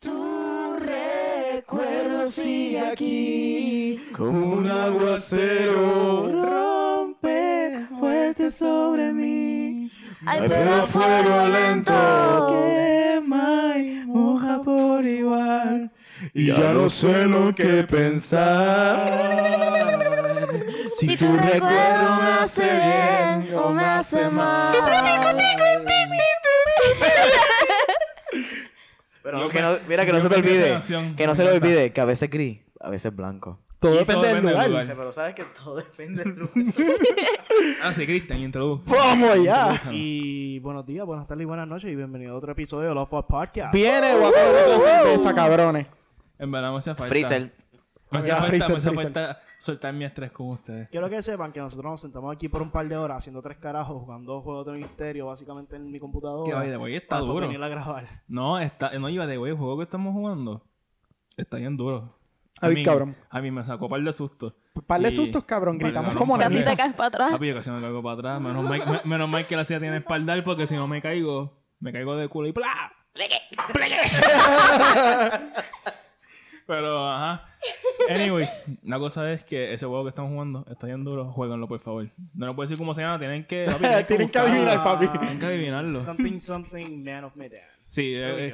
Tu recuerdo sigue aquí como un aguacero. Rompe fuerte sobre mí. Ay, Ay, pero pero fuego lento. Quema y moja por igual. Y ya no sé lo que pensar. Si tu recuerdo me hace bien o me hace mal. Pero Dios que me- no- mira que no Dios se te bendiga esa olvide. nación. Que no se Me le encanta. olvide que a veces gris, a veces blanco. Y Todo depende del lugar. O sea, Pero sabes que todo depende del lugar. Ah, sí, Cristian, introduce. ¡Vamos allá! Y buenos días, buenas tardes y buenas noches y bienvenido a otro episodio de Love for Podcast. Viene guapo de otra cerveza, cabrones. En verdad me hacía falta. Freezer. Me hacía Ah, falta, Freezer, me hacía Freezer. falta soltar mi estrés con ustedes. Quiero que sepan que nosotros nos sentamos aquí por un par de horas haciendo tres carajos, jugando juegos de misterio básicamente en mi computadora. Que vaya de hoy está para después duro. venir a grabar. No, está, no iba de güey, el juego que estamos jugando. Está bien duro. Ay, mí- cabrón. A mí me sacó par de sustos. Par de Y- sustos, cabrón. Vale, Gritamos cabrón, como par de- nenes. Capita caes para atrás. Papi, Ah, pues yo casi me caigo para atrás. Menos mal, me- menos mal que la silla tiene espaldar porque si no me caigo, me caigo de culo y ¡plá! ¡Pleque! ¡Pleque! Pero, ajá. Anyways, la cosa es que ese juego que estamos jugando está bien duro. Jueguenlo, por favor. No les puedo decir cómo se llama. Tienen que... papi, Tienen que buscarlo. adivinar, papi. Tienen que adivinarlo. Ah, Something, something, man of medan. Sí, It's eh,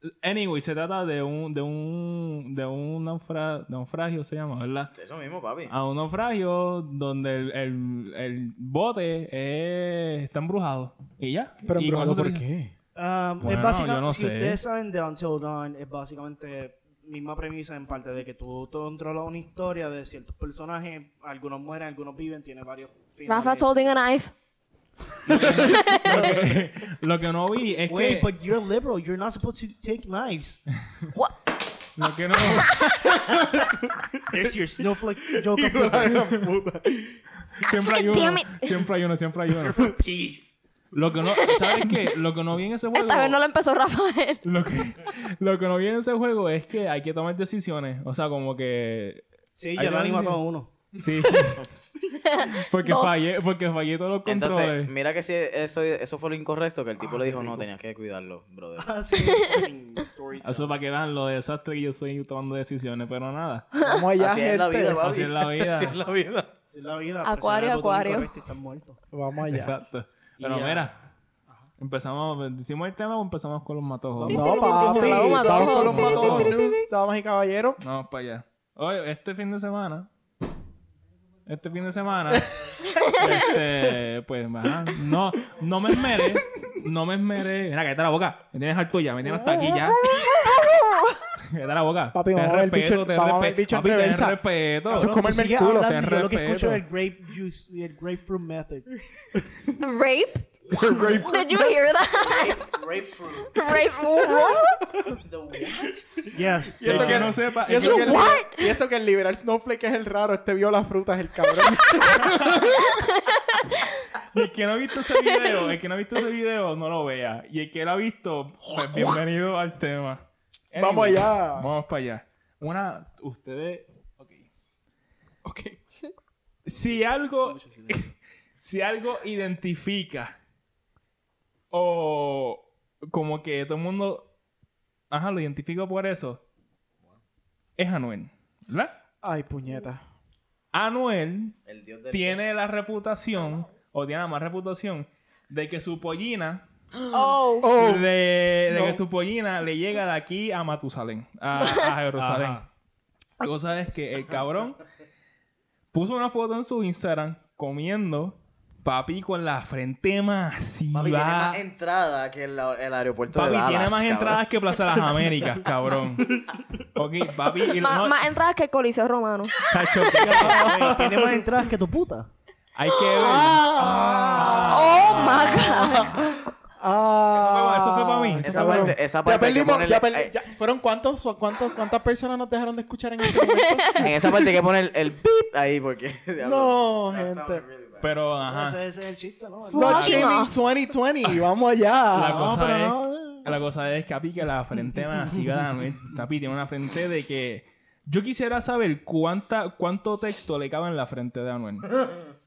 good. Anyway, se trata de un... De un... De un naufra- naufragio, se llama, ¿verdad? Eso mismo, papi. a un naufragio donde el, el- el bote eh, está embrujado. Y ya. Pero ¿Y embrujado, cuando ¿por tú- qué? Um, Bueno, es yo básicamente, no si sé. ustedes saben de Until Dawn, es básicamente misma premisa en parte de que tú tú controlas una historia de ciertos personajes, algunos mueren, algunos viven, tiene varios Rafa's holding a knife. Lo que no vi es que. Wait, but you're liberal. You're not supposed to take knives. What? Lo que no. There's your snowflake joke of Hijo the de la puta. Siempre hay Damn uno. it. Siempre hay uno, siempre hay uno. peace. Lo que no. ¿Sabes qué? Lo que no vi en ese juego. Esta vez no la empezó Rafael. Lo que, lo que no vi en ese juego es que hay que tomar decisiones. O sea, como que. Sí, Ahí ya te lo van anima diciendo. todo uno. Sí. Porque Dos. fallé, porque fallé todos los Entonces, controles. mira que si eso, eso fue lo incorrecto, que el Ah, tipo le dijo, no, tenías que cuidarlo, brother. Así es. story Eso para que vean lo desastre que yo soy tomando decisiones, pero nada. Vamos allá, Así es la vida, gente. papi. Así es la vida. Así es la vida. Es la vida. Acuario, presionar el botón acuario. incorrecto y estás muerto. Vamos allá. Exacto. Pero ya. mira, empezamos, decimos el tema o empezamos con los matojos. No, No, papi. Vamos a Estamos todos. con los matones. Damas y caballeros. para allá. Oye, este fin de semana, este fin de semana, este, pues, ajá, no, no me esmeré, no me esmeré. Mira, cállate la boca, me tienes harto ya, me tienes hasta aquí ya. Cállate la boca. Papi, Te vamos a ver el respeto, bicho- te vamos a ver el respeto. bicho en Papi, te reversa. respeto. Eso es comerme Tú el sigues culo, hablando, te yo lo que respeto. escucho es el grape juice y el grapefruit method. Rape? Did you hear that? Rape. Yes. Y eso El que que no sepa, Y el eso, que- que el, y eso que el liberal Snowflake es el raro, este vio las frutas, el cabrón. Y el que no ha visto ese video, el que no ha visto ese video, no lo vea. Y el que lo ha visto, pues bienvenido al tema. Vamos allá. Vamos para allá. Una, ustedes. Ok. ok. Si algo. si algo identifica. O. Como que todo el mundo. Ajá, lo identifica por eso. Es Anuel. ¿Verdad? Ay, puñeta. Anuel El dios del tiene la reputación. O tiene la más reputación. De que su pollina. Oh. Oh, de, de no. que su pollina le llega de aquí a Matusalén, a, a Jerusalén. Ajá. La cosa es que el cabrón puso una foto en su Instagram comiendo papi con la frente masiva. Papi, tiene más entrada que el, el aeropuerto Papi, de Dallas, tiene más cabrón. entradas que Plaza de las Américas, cabrón. Ok, papi. y Más, no- más entradas que el Coliseo Romano. Tacho, Oye, Tiene más entradas que tu puta. hay que ver. Ah. Oh my god. Ah, Eso fue pa' mí. ese Esa cabrón. parte- esa parte ya hay que perdimos, ponerle- eh, ya perdi- eh. ay. ya- ¿Fueron cuántos, son cuántos, cuántas personas nos dejaron de escuchar en este momento? En esa parte hay que poner el beep ahí porque... diablo, no, that sounded gente. really bad. Pero, Ese, ajá. ese es el chiste, ¿no? Fuck. Not Fucking shaming off. 2020, vamos allá. La cosa Ah, pero es. no. La cosa es que Api que la frente masiva de Anuel, Api tiene una frente de que... Yo quisiera saber cuánta, cuánto texto le cabe en la frente de Anuel.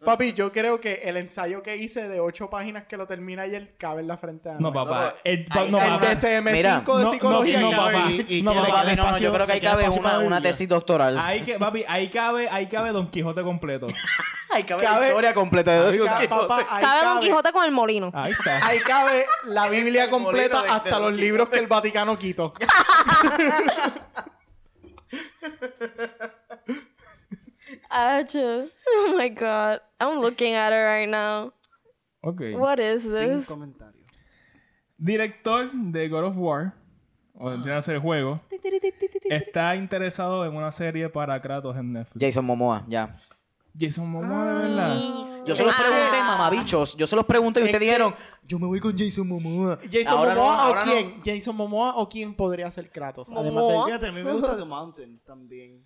Papi, yo creo que el ensayo que hice de ocho páginas que lo termina ayer cabe en la frente de No, Anuel. papá. no, El, pa- ahí- no, ahí El papá. des- DCM5 Mira, de no, psicología no, no, cabe. papá. Y- y No, que le papá, quede Papi, no, no, espacio- yo creo que ahí quede cabe espacio una, para una Biblia. tesis doctoral. Ahí que, papi, ahí cabe, ahí cabe Don Quijote completo. Ahí cabe, Cabe- la historia completa de Amigo, Ca- papá, ahí Cabe Don cabe, Quijote con el molino. Ahí está. ahí cabe la Biblia completa Molino de- hasta de los Don libros que el Vaticano quitó. Acho. Oh my god. I'm looking at it right now. Ok. What is Sin this? comentarios. Director de God of War, o de hacer el juego, está interesado en una serie para Kratos en Netflix. Jason Momoa, ya. Jason Momoa, de verdad. Yo se los Ah. pregunté, mamabichos. Yo se los pregunté y ustedes dijeron, yo me voy con Jason Momoa. Jason Ahora no, Momoa o ahora no. quién? Jason Momoa o quién podría ser Kratos. Momoa. Además de Fíjate, a mí me gusta The Mountain también.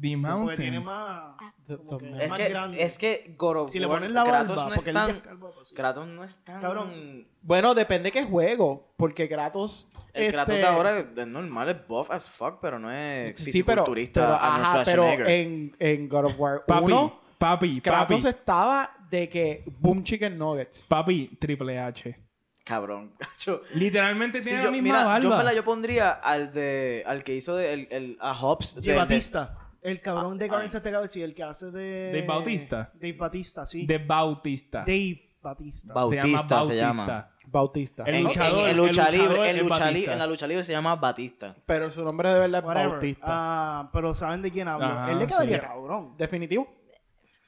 The Porque Mountain. tiene más... como que Es más que, grande. es que God of Si le War- pones la barba, Kratos no porque es él ya es tan... calvo, pues, sí. Kratos no es tan... Cabrón. Bueno, depende qué juego, porque Kratos El este, Kratos de ahora es es normal, es buff as fuck, pero no es Sí, pero, fisiculturista pero, Arnold ajá, pero Schwarzenegger. en, en God of War Papi, 1, papi, papi, Kratos estaba de que boom chicken nuggets. papi, Triple H. Cabrón. Yo- Literalmente Sí, tiene yo, la misma mira, yo, en barba. verdad, yo pondría al de al que hizo de, el, el- a Hobbs de- Dave de- Bautista. El cabrón de Ah, Guardians of the Galaxy, el que hace de... Dave Bautista. Dave Batista, sí. De Bautista. Dave Batista. Bautista se llama. Bautista. El En- luchador, en, el lucha el luchador libre, en es lucha li- Batista. en la lucha libre se llama Batista. Pero su nombre de verdad es Whatever. Bautista. Ah, pero saben de quién hablo. Ajá, Él le quedaría sí. cabrón. ¿Definitivo?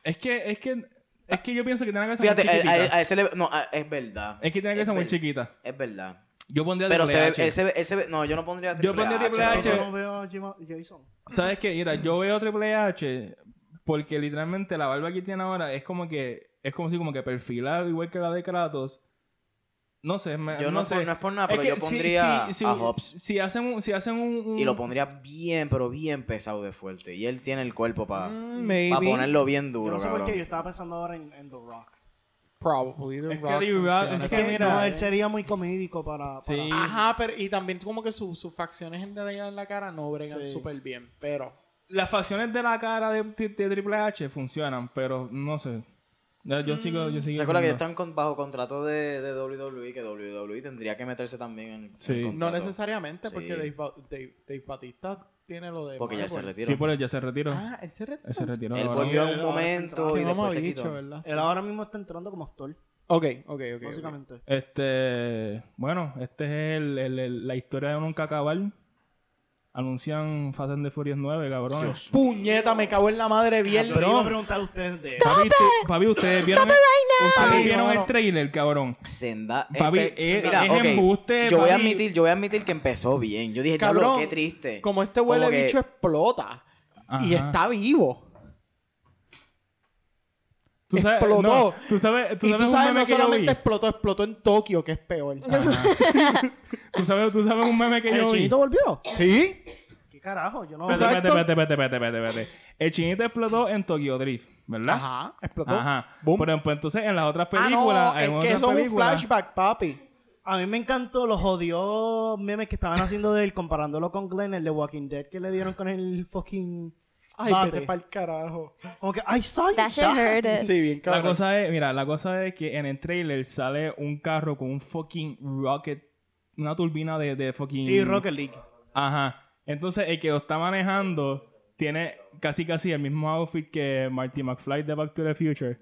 Es que, es que, es que yo pienso que tiene la cabeza Fíjate, eh, muy a, chiquitita. a- a ese le- no, a- es verdad. es que tiene la cabeza es muy ver- chiquita. Es verdad. Yo pondría eh, Pero Triple se ve, H. él se ve, él se ve- no, yo no pondría Yo pondría Triple H. Yo no. no veo a Jim- Jason. ¿Sabes qué? Mira, yo veo Triple H porque literalmente la barba que tiene ahora es como que es como si como que perfila igual que la de Kratos. No sé, me- Yo no, no, sé. pon- no es por nada, pero que yo si- pondría si- si- a Hobbs. Si hacen un, si hacen un, un- Y lo pondría bien, pero bien pesado de fuerte. Y él tiene el cuerpo para Mm, maybe. ponerlo bien Yo duro, no sé por qué, yo cabrón. estaba pensando ahora en, en The Rock. Probably. The Es que Rock The Rock- funciona. es que mira- eh. no, él sería muy comédico para... para- Sí. Ajá, pero y también como que su- sus facciones en realidad en la cara no bregan Sí. súper bien, pero... las facciones de la cara de, de- de Triple H funcionan, pero no sé. Ya, Yo sigo, yo sigo. Recuerda que siendo- están con, bajo contrato de, de WWE, que WWE tendría que meterse también en en Sí. contrato. No necesariamente, Sí. porque Dave, Ba- Dave- Dave Batista tiene lo de... Porque ya se Marvel. retiró. Sí, pero ya se retiró. Ah, él se retiró. Él se retiró. Él ahora. volvió Sí, en un ahora está momento entrando. y Que no después hemos se dicho, quitó. ¿verdad? Él ahora mismo está entrando como actor, Ok, ok, ok, ok. básicamente. Este, bueno, este es el, el- el- la historia de nunca acabar. Anuncian Fast and the Furious 9, cabrón. Puñeta, me cago en la madre bien, Ah, Yo le iba a preguntar a ustedes de Papi, tú- papi, ustedes vieron, ustedes Papi, vieron no, no. el trailer, cabrón. Senda. Papi, eh, eh, es- mira, es ok, embuste, Yo voy a papi. admitir, yo voy a admitir que empezó bien. Yo dije, Cabrón, cabrón, qué triste. Como este huele Como que- bicho explota. Y Ajá. está vivo. Tú sabes, explotó. no, tú sabes, tú y sabes, tú un sabes, meme no que yo solamente vi? explotó, explotó en Tokio, que es peor. Ajá. ¿Tú, sabes, tú sabes un meme que ¿El yo vi. chinito volvió? ¿Sí? ¿Qué carajo? Yo no... Pero- Espérate, Exacto. espérate, espérate, espérate, espérate, espérate. El chinito explotó en Tokyo Drift, ¿verdad? Ajá, explotó. Ajá. Boom. Pero pues, entonces en las otras ah, películas, no, en es que otras eso es un películas- flashback, papi. A mí me encantó los jodidos memes que estaban haciendo de él comparándolo con Glenn, el de Walking Dead que le dieron con el fucking... Ay, bate. vete pa'l carajo. Como que, I saw you That shit die". hurted. Sí, bien La cabrón. cosa es, mira, la cosa es que en el trailer sale un carro con un fucking rocket, una turbina de, de fucking... Sí, Rocket League. Ajá. Entonces el que lo está manejando tiene casi casi el mismo outfit que Marty McFly de Back to the Future.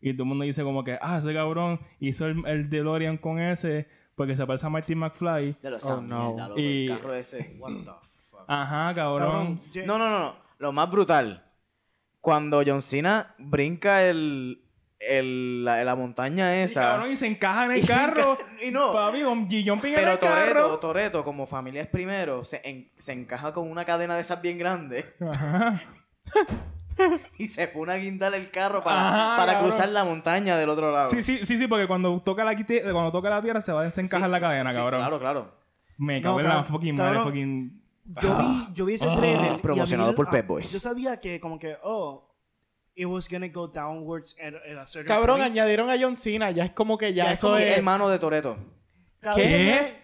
Y todo el mundo dice como que, ah, ese cabrón hizo el, el DeLorean con ese porque se parece a Marty McFly. De los Oh, no. y... Y- el carro ese. What the fuck. Ajá, cabrón. Cabrón, No, no, no, no. Lo más brutal. Cuando John Cena brinca el, el, la, la montaña Y, esa. cabrón, y se encaja en el Y se carro. enca- y no. Papi, con G. Jumping en Pero el carro. Toreto, Toreto, como familia es primero, se, en- se encaja con una cadena de esas bien grande Ajá. y se pone a guindar el carro para, Ajá, para Ah, cabrón. cruzar la montaña del otro lado. Sí, sí, sí, sí, porque cuando toca la, quite- cuando toca la tierra se va a desencajar Sí, la cadena, sí, cabrón. Claro, claro. Me No, cago en la cabrón, fucking madre, cabrón. fucking... Yo vi, yo vi ese trailer. y a mí- Ah, Promocionado por ah, Pep Boys. Yo sabía que como que, oh, it was gonna go downwards at, at a certain Cabrón, point. añadieron a John Cena, ya es como que ya, Ya es eso como es... que hermano de Toreto. Cada ¿Qué?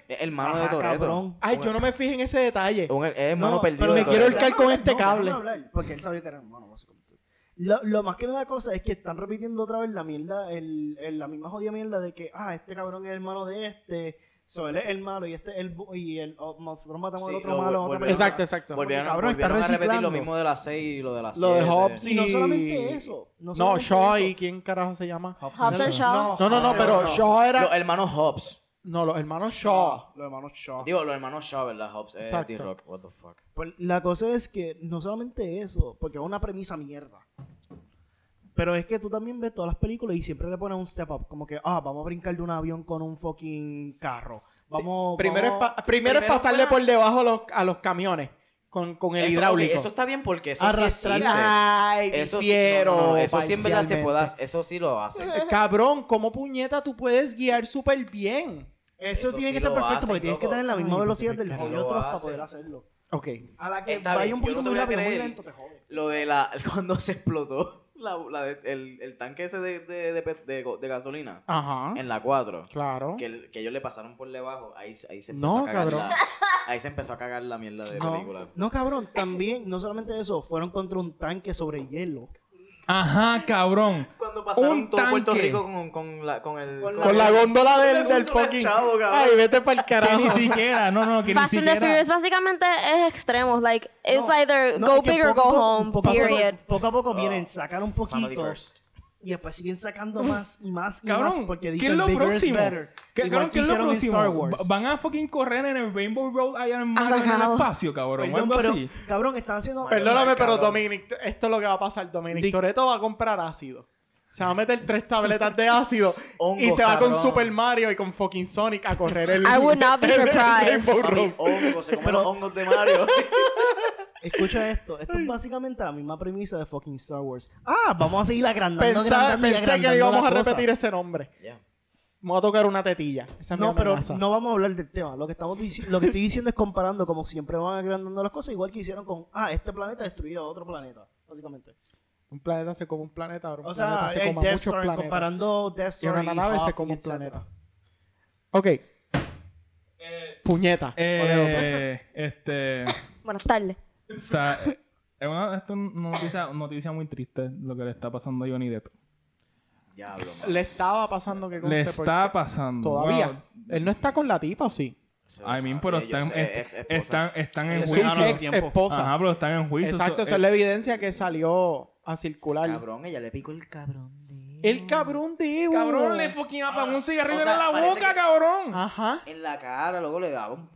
vez- Hermano de Ajá, Toreto. cabrón. Ay, yo no me fijé en ese detalle. Un- Es hermano No, perdido. pero de me quiero Toretto. ahorcar con este déjame cable. hablar, porque él sabía que era hermano, básicamente. Lo, lo más que me da cosa es que están repitiendo otra vez la mierda, el, el- la misma jodida mierda de que, ah, este cabrón es hermano de este, so él es el malo y este es el, bu- y el, o- nosotros matamos Sí, al otro lo malo, vu- otra vuelven persona. Exacto, exacto. Volvieron, Cabrón, está volvieron a repetir lo reciclando. mismo de la 6 y lo de la 7. Lo de Hobbs Y no solamente eso, no No, solamente Shaw eso. y quién carajo se llama. Hobbs and Shaw. No, no, Ah, no, pero Shaw Los era. hermanos Hobbs. No, los hermanos Shaw. Shaw, los hermanos Shaw. Digo, los hermanos Shaw, ¿verdad? Hobbs. Eh, Exacto. T-Rock. What the fuck. Pues la cosa es que no solamente eso, porque es una premisa mierda. Pero es que tú también ves todas las películas y siempre le pones un step up, como que, ah, vamos a brincar de un avión con un fucking carro. Vamos. Primero es, vamos- pa- primero es primero pasarle fue- por debajo a los, a los camiones con, con el Eso- hidráulico. ok, eso está bien porque eso Arrastrar- sí existe. Ay, Eso sí, difiero no, no, no, eso sí en verdad se parcialmente. puede hacer, Eso sí lo hacen. Eh, Cabrón, ¿cómo puñeta tú puedes guiar súper bien? Eso, Eso tiene sí que ser lo perfecto hacen, porque tienes que loco. tener la misma Ay, velocidad del sí jodido lo otro para hacen. poder hacerlo. Ok. A la que Está vaya bien, un yo no poquito te muy voy a rápido, muy creer. lento, te jode. Lo de la. Cuando se explotó la, la de- el, el tanque ese de, de, de, pe- de go- de gasolina Ajá. en la 4. Claro. Que, el- que ellos le pasaron por debajo. Ahí, se- ahí se empezó No, a cagar. cabrón. La, ahí se empezó a cagar la mierda de No. película. No, cabrón, también, no solamente eso, fueron contra un tanque sobre hielo. Ajá, cabrón. Cuando pasaron Un todo Puerto tanque. Rico con, con, la, con el. Con Con la góndola del, Con la del góndola, fucking. chavo, cabrón. Ay, vete para el Que ni carajo. siquiera, no, no, que ni Fast and the siquiera. Furious básicamente es extremos. Like, it's No, either No, go es que big or poco a go poco- home, poco a poco- period. Poco a poco Oh, vienen, sacar un Family poquito. first. Y después siguen sacando más y más y más Cabrón, porque ¿qué dicen es lo bigger is próximo? better. ¿Qué, Igual cabrón, que ¿qué es lo hicieron en próximo? Star Wars. Va- Van a fucking correr en el Rainbow Road allá en Mario en el Apagado. espacio, cabrón. o Perdón, algo pero, así. cabrón, están haciendo... Perdóname, pero Cabrón. Dominic, esto es lo que va a pasar. Dominic Dic- Toretto va a comprar ácido. Se va a meter tres tabletas de ácido y Hongo, se va con cabrón. Super Mario y con fucking Sonic a correr el. I would not be el- el surprised. Rainbow Papi, Road. hongo, se comen los hongos de Mario. Escucha esto. Esto es básicamente la misma premisa de fucking Star Wars. Ah, vamos a seguir agrandando, Pensaba- agrandando y Pensé que agrandando no íbamos la a cosa. repetir ese nombre. Ya. Me voy a tocar una tetilla. Esa es mi No, pero amenaza. no vamos a hablar del tema. Lo que, estamos dici- lo que estoy diciendo es comparando como siempre van agrandando las cosas, igual que hicieron con, ah, este planeta destruyó a otro planeta, básicamente. Un planeta se come un planeta, ahora un O sea, planeta se el come a Death muchos Star, planetas. comparando Death Y Star una nave se Huff, come un etcétera. planeta. Ok. Puñeta. Pon el otro. Eh, este. Buenas tardes. o sea, eh, es una, esto es una noticia, una noticia muy triste lo que le está pasando a Johnny Depp. Diablo, man. Le estaba pasando que Le conste está porque- pasando. Todavía. Bueno, Él no está con la tipa, ¿o sí? I mean, pero Ellos, están, eh, est- ex esposa. están, están en Es Su Bueno, juicio. no, ex tiempo. esposa. Ajá, pero están en juicio. Exacto, eso- eh. esa es la evidencia que salió a circular. Cabrón, ella le picó el cabrón de. El cabrón de Evo. Cabrón, le fucking apagó un cigarrillo Ah, O sea, en la parece boca, que- Ah. cabrón. Ajá. En la cara, luego le daba un.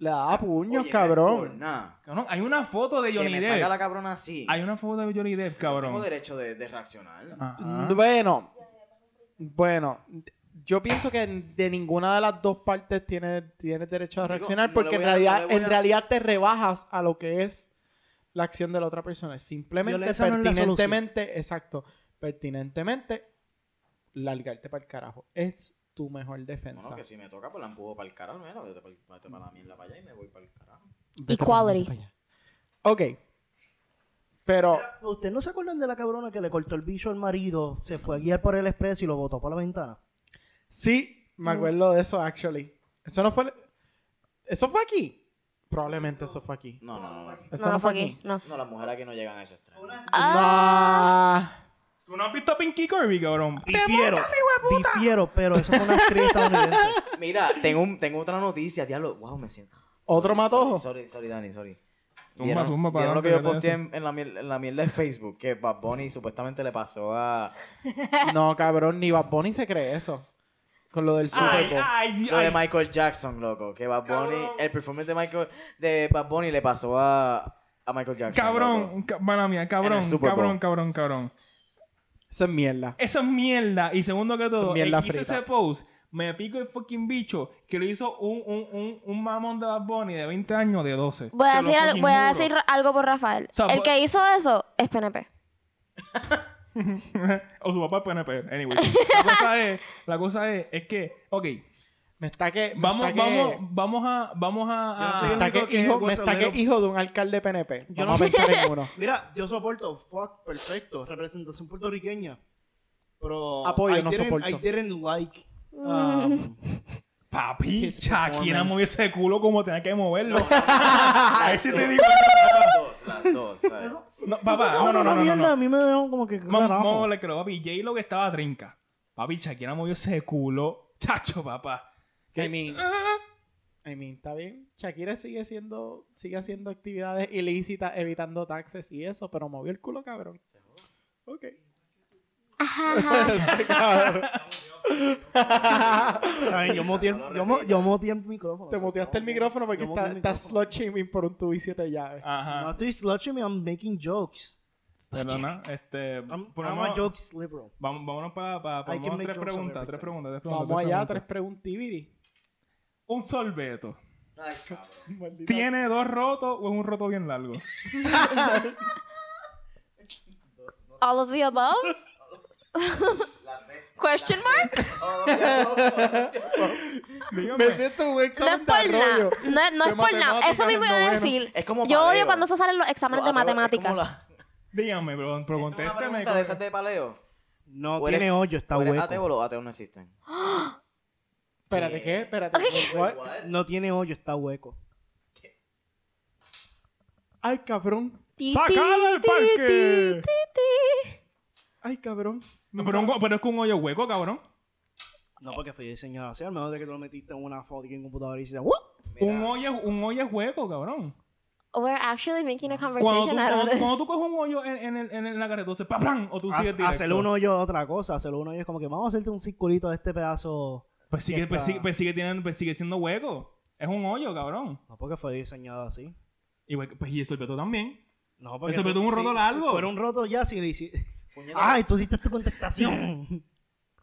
Le daba puños, Oye, no es por cabrón. nada. Cabrón, hay una foto de Que Johnny me salga Depp. la cabrona así. Hay una foto de Johnny Depp, Tengo cabrón. Ah, derecho de, de reaccionar. Ah. Ajá. Bueno. Bueno. Yo pienso que de ninguna de las dos partes tienes, tienes derecho a Digo, no reaccionar le porque en voy a- no le realidad, voy en a- realidad te rebajas a lo que es la acción de la otra persona. Es Simplemente, Violencia no es la pertinentemente, exacto, pertinentemente, largarte para el carajo. Es tu mejor defensa. Bueno, que si me toca, pues la empujo para el carajo. Mira, vete para la mierda para allá y me voy para el carajo. Vete para Equality. allá, para allá. Ok. Pero, ¿Ustedes no se acuerdan de la cabrona que le cortó el bicho al marido, se fue a guiar por el expreso y lo botó por la ventana? sí, me acuerdo de eso, actually. Eso no fue. ¿Eso fue aquí? Probablemente eso fue aquí. No, no, no. No, Eso No, no fue aquí. No. no las mujeres aquí no llegan a ese extremo. Ah. ¿Tú no has visto a Pinky Kirby, cabrón? Difiero, difiero, pero eso fue una actriz estadounidense. Mira, tengo, un, tengo otra noticia, diablo. Wow, me siento. Otro Sorry, matojo. sorry, sorry, Dani, sorry. Zumba, ¿Vieron, zumba, para ¿vieron lo que yo adelante, posteé dale, en, en la, mier- en la mierda de Facebook? Que Bad Bunny supuestamente le pasó a... No, cabrón, ni Bad Bunny se cree eso. Con lo del Super Bowl. ay, ah. Lo de Michael Jackson, loco. Que Bad Bunny... Cabrón. El performance de Michael... De Bad Bunny le pasó a... A Michael Jackson. loco. Cabrón, ca- mala mía, En cabrón, el Super cabrón, Bowl. cabrón, cabrón. Eso es mierda. Esa es mierda. Y segundo que todo, el mierda que hizo frita. ese post, me pico el fucking bicho que lo hizo un, un, un, un mamón de Bad Bunny de 20 años, de 12. Voy a Te lo decir, al- fucking voy a juro. decir algo por Rafael. O sea, el vo- que hizo eso es PNP. o su papá es PNP. Anyway. La cosa es, la cosa es, es que, ok, Me está que. me vamos, está que- vamos, vamos a, vamos a... Yo no a- soy Me el- está que único que hijo, es me está que gozadero. hijo de un alcalde PNP. Yo Vamos no- a pensar en uno. Mira, yo soporto, fuck, perfecto, representación puertorriqueña. Pero Apoyo, I no didn't- Mm. soporto. I didn't like um, Papi, His Shakira performance. movió ese culo como tenía que moverlo. Ahí sí te digo. Las dos, las dos. ¿sabes? Eso- No, esa papá, no, no, cabrona no, no, no. mierda A no. mí me dejó como que. Vamos carajo. vamos a hablar claro, papi. J-Lo que estaba trinca. Papi, Shakira movió ese culo. Chacho, papá. I mean, I mean, está bien. Shakira sigue siendo, sigue haciendo actividades ilícitas, evitando taxes y eso, pero movió el culo, cabrón. Ok. Ajá, ajá. Está bien, Yo muteé el- yo mo- yo muteé el micrófono. Te muteaste el micrófono porque Yo muteé estás el está micrófono. slot shaming por un tubo y siete llaves. No Ajá. estoy sludging me, I'm making jokes. Perdona, este. I'm, por lo I'm a menos- jokes liberal. Vamos, vámonos para, para, I can make tres jokes on preguntas, tres everything. preguntas, tres preguntas. Vamos allá, tres preguntas. preguntibiri. Un sorbeto. Maldita ¿Tiene dos rotos o es un roto bien largo? All of the above? Question mark? sea. Dígame. Me siento un No es examen de por arroyo. nada. No, no De es por nada. matemáticas Eso mismo en iba a noveno. decir. Es como Yo paleo. odio cuando eso salen los exámenes de No, atrevo- es matemáticas. como la- Dígame, pero, pero ¿Tú me contésteme. preguntas de esas de paleo? No ¿O eres- tiene hoyo, está ¿O eres hueco. ateo o los ateos no existen? Espérate, ¿qué? Espérate. what? No tiene hoyo, está hueco. Ay, cabrón. Ti, ¡Sacada ti, del ti, parque! ti, ti, ti. Ay, cabrón. No, pero, un- pero es que un hoyo hueco, cabrón. No, porque fue diseñado así. Al menos de que tú lo metiste en una foto y en computadora y dices, "What?" Un hoyo, un hoyo es hueco, cabrón. We're actually making a Cuando tú, conversation out of cuando, this. cuando tú coges un hoyo en, en, el- en, el- en la carretera, entonces ¡pam, pam! O tú sigues Haz- directo. Hacerle un hoyo es otra cosa. Hacerle un hoyo es como que vamos a hacerte un circulito de este pedazo. Pues sigue, Está- pues, sigue, pues, sigue teniendo, pues sigue siendo hueco. Es un hoyo, cabrón. No, porque fue diseñado así. Y, hue- pues, y el sorbeto también. No, porque. Eso, pero tú- tuvo un roto si- largo. Si fuera un roto ya, si le hici- Ay, tú diste tu contestación.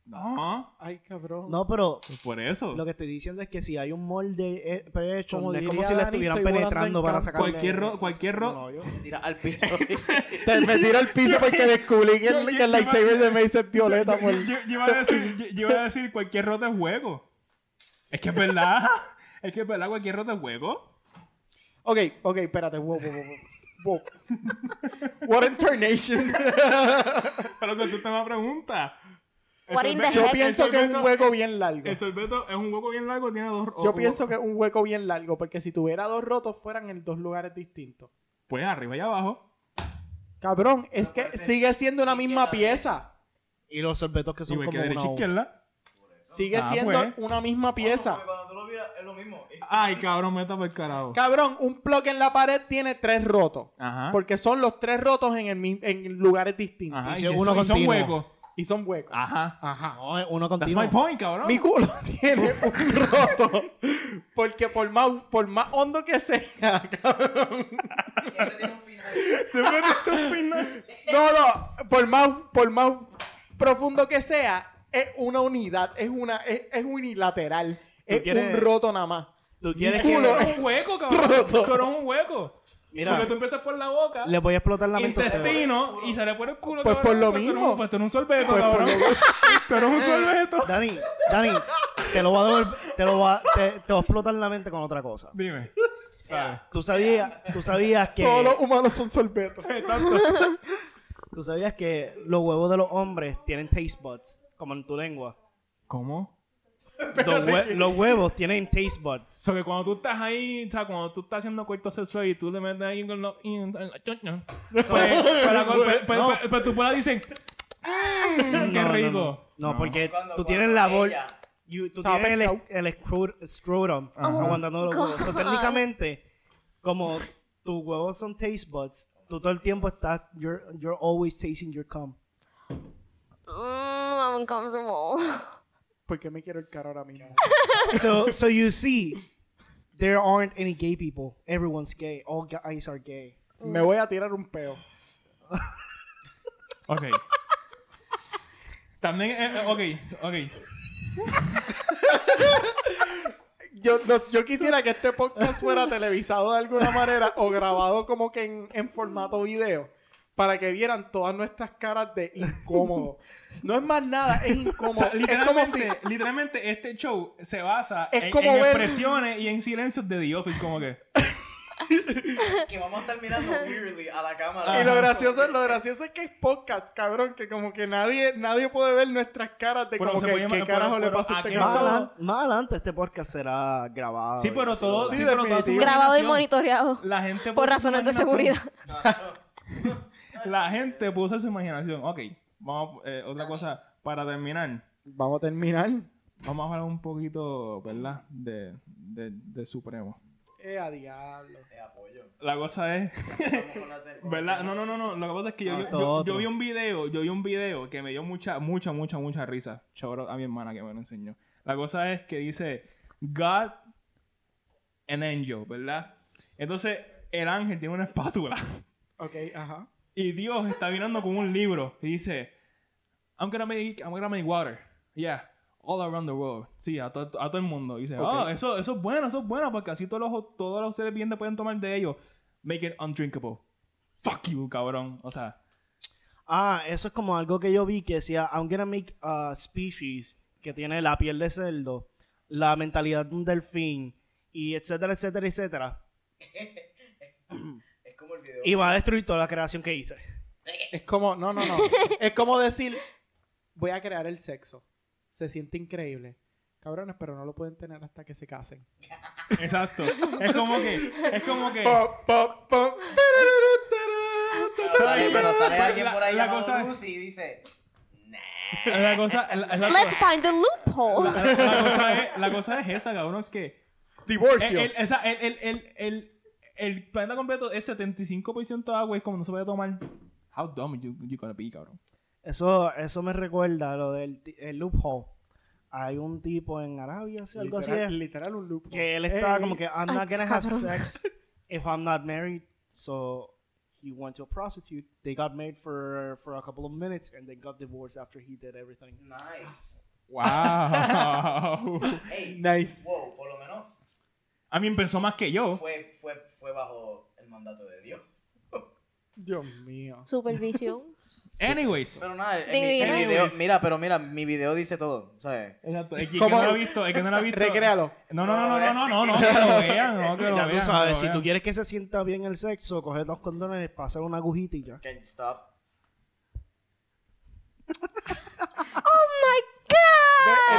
No. Ay, cabrón. no, pero Pues por eso. lo que estoy diciendo es que si hay un molde eh, prehecho, Como no es diría como si le Dani, estuvieran estoy volando penetrando en para campo. sacarle. Cualquier ro- cualquier ro- No, yo- Tira al piso. Te, me tiro al piso porque descubrí que el, que el lightsaber de Mace es violeta, Yo, por... yo- yo iba a decir, yo- yo iba a decir cualquier roto es hueco. Es que es verdad. Es que es verdad, cualquier roto es hueco. Ok, ok, espérate. Wow, wow, wow, wow. Wow. What internation. Pero que tú te vas a preguntar. El What in the sorbeto- Yo el pienso que es un sorbeto- hueco bien largo. El sorbeto es un hueco bien largo, tiene dos o- Yo o- pienso que es un hueco bien largo, porque si tuviera dos rotos fueran en dos lugares distintos. Pues arriba y abajo. Cabrón, es que sigue siendo una misma pieza. Y los sorbetos que Y son voy a como derecha una e O. izquierda. Sigue Ah, siendo pues. una misma pieza. Cuando tú lo miras, es lo mismo. Ay, cabrón, meta por el carajo. Cabrón, un bloque en la pared tiene tres rotos. Ajá. Porque son los tres rotos en, el, mi- en lugares distintos. Ajá. y Y, uno uno son, continuo. huecos. Y son huecos. Ajá. Ajá. No, es uno That's continuo. my point, cabrón. Mi culo tiene un roto. Porque por más, por más hondo que sea, cabrón. Se me este metió un final. No, no. Por más, por más profundo que sea, es una unidad. Es una, es, es unilateral. Es quieres- un roto nada más. ¿Tú Mi quieres Tú culo. que... eres un hueco, cabrón. Roto. Tú eres un hueco. Porque Mira, tú empiezas por la boca. les voy a explotar la mente. a ustedes. intestino y sale por el culo. Pues cabrón. por lo Pues tú eres mismo. un- Pues tú eres un sorbeto, Pues por cabrón. lo menos- Tú eres un sorbeto. Dani, Dani, te lo voy a devolver- te lo voy a, te, te voy a explotar la mente con otra cosa. Dime. Tú sabías, tú sabías que todos los humanos son sorbetos. tú sabías que los huevos de los hombres tienen taste buds, como en tu lengua. ¿Cómo? Los, hue- los huevos tienen taste buds. So que cuando tú estás ahí, o sea, cuando tú estás haciendo coito sexual y tú le metes ahí con los... y- Pues, pues, la- pues, pues, No. pues, pues tu puedes dicen... "Mm, ¡Qué No, no, rico! No, no, No. porque Cuando- tú cuando tienes la bol, ella- you- tú Sabe, tienes el, ¿no? el scru- scrotum Ajá. Oh, aguantando los huevos. So, God. técnicamente, como tus huevos son taste buds, tú todo el tiempo estás, you're, you're always tasting your cum. Mm, I'm uncomfortable. ¿Por qué me quiero el cara ahora mismo? so so you see, there aren't any gay people. Everyone's gay. All guys are gay. Me voy a tirar un peo. Ok. También... eh, eh, ok, ok. Yo, no- yo quisiera que este podcast fuera televisado de alguna manera o grabado como que en, en formato video para que vieran todas nuestras caras de incómodo. No es más nada, es incómodo. O sea, es como si... literalmente, literalmente este show se basa Es en, como en ver- expresiones y en silencios de The Office, como que... que vamos a estar mirando weirdly a la cámara. Y lo gracioso, lo gracioso es que hay podcast, cabrón, que como que nadie, nadie puede ver nuestras caras de Pero como se que puede- qué pero- carajo le pero pasa a este aquel Más, cabrón. todo- adelan- más adelante este podcast será grabado. Ah, Sí, pero y todo. así, Sí, Sí, pero toda su definitivo. Grabado y imaginación- monitoreado. La gente Por puso su razones de imaginación. seguridad. La gente puso su imaginación. Ok, vamos, eh, otra cosa. Para terminar, Vamos a terminar. vamos a hablar un poquito, ¿verdad? De, de, de Supremo. Eh, a diablo. La cosa es, ¿verdad? No, no, no, no. Lo que pasa es que yo, Ah, yo- todo yo- otro. yo vi un video, yo vi un video que me dio mucha, mucha, mucha, mucha risa. Choro a mi hermana que me lo enseñó. La cosa es que dice God and Angel, ¿verdad? Entonces, el ángel tiene una espátula. Ok, ajá. Y Dios está mirando con un libro y dice, I'm gonna make, I'm gonna make water. Yeah, all around the world. Sí, a, to- a todo el mundo. Y dice, Ok. oh, eso, eso es bueno, eso es bueno, porque así todos los, todos los seres vivientes pueden tomar de ellos. Make it undrinkable. Fuck you, cabrón. O sea, Ah, eso es como algo que yo vi que decía, I'm gonna make a species que tiene la piel de cerdo, la mentalidad de un delfín, y etcétera, etcétera, etcétera. Es como el video. Y va a destruir toda la creación que hice. Es como, no, no, no. es como decir, voy a crear el sexo. Se siente increíble. Cabrones, pero no lo pueden tener hasta que se casen. exacto. es como que, es como que... Pero sale, pero sale alguien La- por ahí la llamado cosa es- Lucy y didice... La cosa, la, la- Let's find the loophole. la- la cosa es, la cosa es esa, cabrón, es que... El, Divorcio. el, esa- el, el, el, el, el planeta completo es 75% agua y es como no se puede tomar. How dumb you, you gonna be, cabrón. Eso, eso me recuerda a lo del ti- el loophole. Hay un tipo en Arabia, sí, algo así Literal- es, Literal un loop. que él estaba Ey, como que, I'm not Ay, gonna have cabrón. sex if I'm not married. So he went to a prostitute. They got married for, for a couple of minutes and they got divorced after he did everything. Nice. Wow. Hey, Nice. wow, por lo menos A mí pensó más que yo. fue, fue, fue bajo el mandato de Dios. Dios mío. Supervisión. Anyways. Pero nada, el, mi- el Divino. video... Mira, pero mira, mi video dice todo, ¿sabes? Exacto. El que, el que ¿Cómo? no lo ha visto, el que no lo ha visto. Recréalo. No, no, no, no, no, no, no, no, que lo vean, no, que lo Ya vean, tú que sabes, lo si tú vean. quieres que se sienta bien el sexo, coger los condones, pasar una agujita y ya. Can you stop? Ve,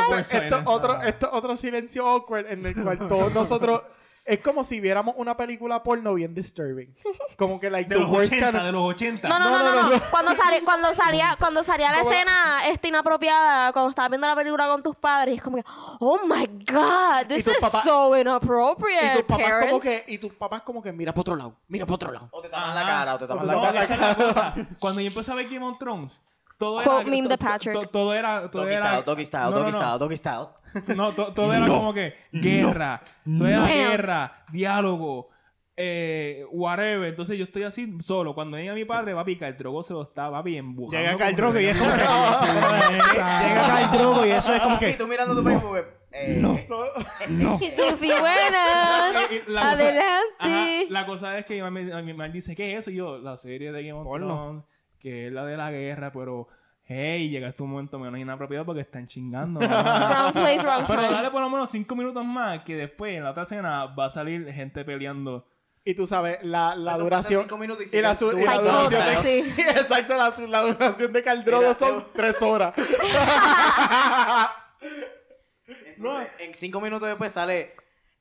Oh, Esto, eso esto era. otro, esto otro silencio awkward en el cual todos nosotros. Es como si viéramos una película porno bien disturbing. Como que, like, De the los worst 80, kind de of- los 80. No, no, No, no, no, no. no, no. Cuando, sale, cuando salía, cuando salía la ¿Cómo? escena esta inapropiada, cuando estabas viendo la película con tus padres, y es como que, oh my god, this tus is papás- so Y inappropriate. tus papás parents. como que, y tus papás como que, mira para otro lado, mira para otro lado. O te tapan la cara, o te tapan la No, cara. esa es la cosa. Cuando yo empecé a ver Game of Thrones, todo era. Quote meme de to- Patrick. to- Todo era. Todo Doggy era. style, doggy style, No, no, doggy no. style, doggy style. No, to- todo era como que guerra, todo era No. guerra, diálogo, eh, whatever. Entonces yo estoy así solo. Cuando llega mi padre, papi, Caldrogo se lo está, papi, embujando. Llega como Caldrogo y que- es como que- Llega acá el drogo y eso es como Y que. tú mirando tu Facebook. Eh, Y tú, sí, buenas. Y- y la cosa- Ajá, Adelante. la cosa es que mi mamá, mi mamá dice, ¿qué es eso? Y yo, la serie de Game of Porno. Thrones, que es la de la guerra, pero, hey, llegaste a un momento menos inapropiado porque están chingando. mamá. Wrong place, wrong pero time. dale por lo menos cinco minutos más, que después en la otra escena va a salir gente peleando. Y tú sabes, la, la tú pasas duración. cinco minutos Y la, su- y la Ay, duración cosa, de. sí. Exacto, la, su- la duración de Caldrogo Mira, son tres horas. Entonces, en cinco minutos después sale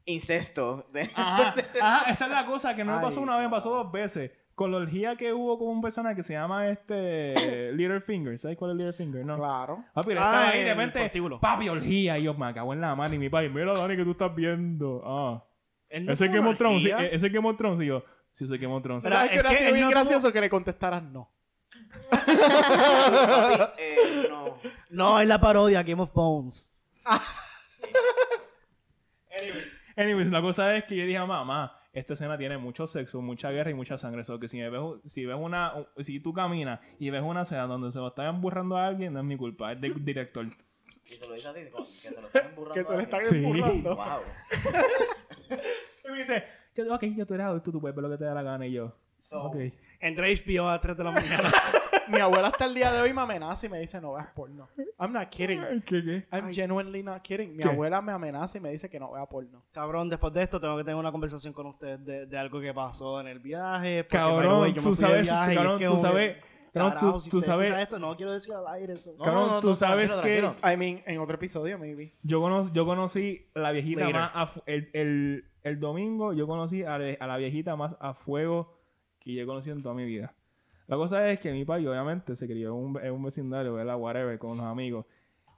incesto. De... Ajá, ajá, esa es la cosa que no me Ay, pasó una vez, me pasó dos veces. Con la orgía que hubo con un personaje que se llama este Littlefinger. ¿Sabes cuál es Littlefinger? No. Claro. Papi, le Ah, estaba ahí el de repente, prostíbulo. papi, orgía. Y yo me cago en la mano. Y mi papi, mira, Dani, que tú estás viendo. Ah, ese es Game of Thrones. sí, eh, Ese es Game of Thrones. Y yo, sí, ese es Game of Thrones. ¿Tú Pero ¿Sabes es que hubiera que sido él bien no tuvo- gracioso que le contestaras no? Papi, eh, no. No, es la parodia Game of Bones. Anyways, la cosa es que yo dije, mamá, esta escena tiene mucho sexo, mucha guerra y mucha sangre. So que si, me ves, si ves una, si tú caminas y ves una escena donde se lo está emburrando a alguien, no es mi culpa, es del director. Y se lo dice así, como que se lo están burrando. Que se le están Sí. empurrando. Wow. Y me dice, yo, ok, yo tú eres adulto, tú puedes ver lo que te da la gana. Y yo, So, ok. Entre HBO a 3 de la mañana. mi abuela hasta el día de hoy me amenaza y me dice no veas porno. I'm not kidding. ¿Qué, qué? I'm genuinely not kidding. Mi ¿Qué? abuela me amenaza y me dice que no vea porno. Cabrón, después de esto tengo que tener una conversación con ustedes de, de algo que pasó en el viaje. porque, by the way, Cabrón, yo tú me fui de sabes, viaje y es cabrón, que tú como que, sabes, cabrón, tarao, tú- si tú ustedes escuchan sabes, esto, no quiero decir al aire eso. No, Cabrón, no, no, tú no, sabes tranquilo, que- I mean, en otro episodio, maybe. yo conocí, yo conocí a la viejita Later. más a fu- el, el, el domingo yo conocí a, la- a la viejita más a fuego que yo he conocido en toda mi vida. La cosa es que mi papi obviamente se crió en un, en un vecindario, ¿verdad? Whatever, con los amigos.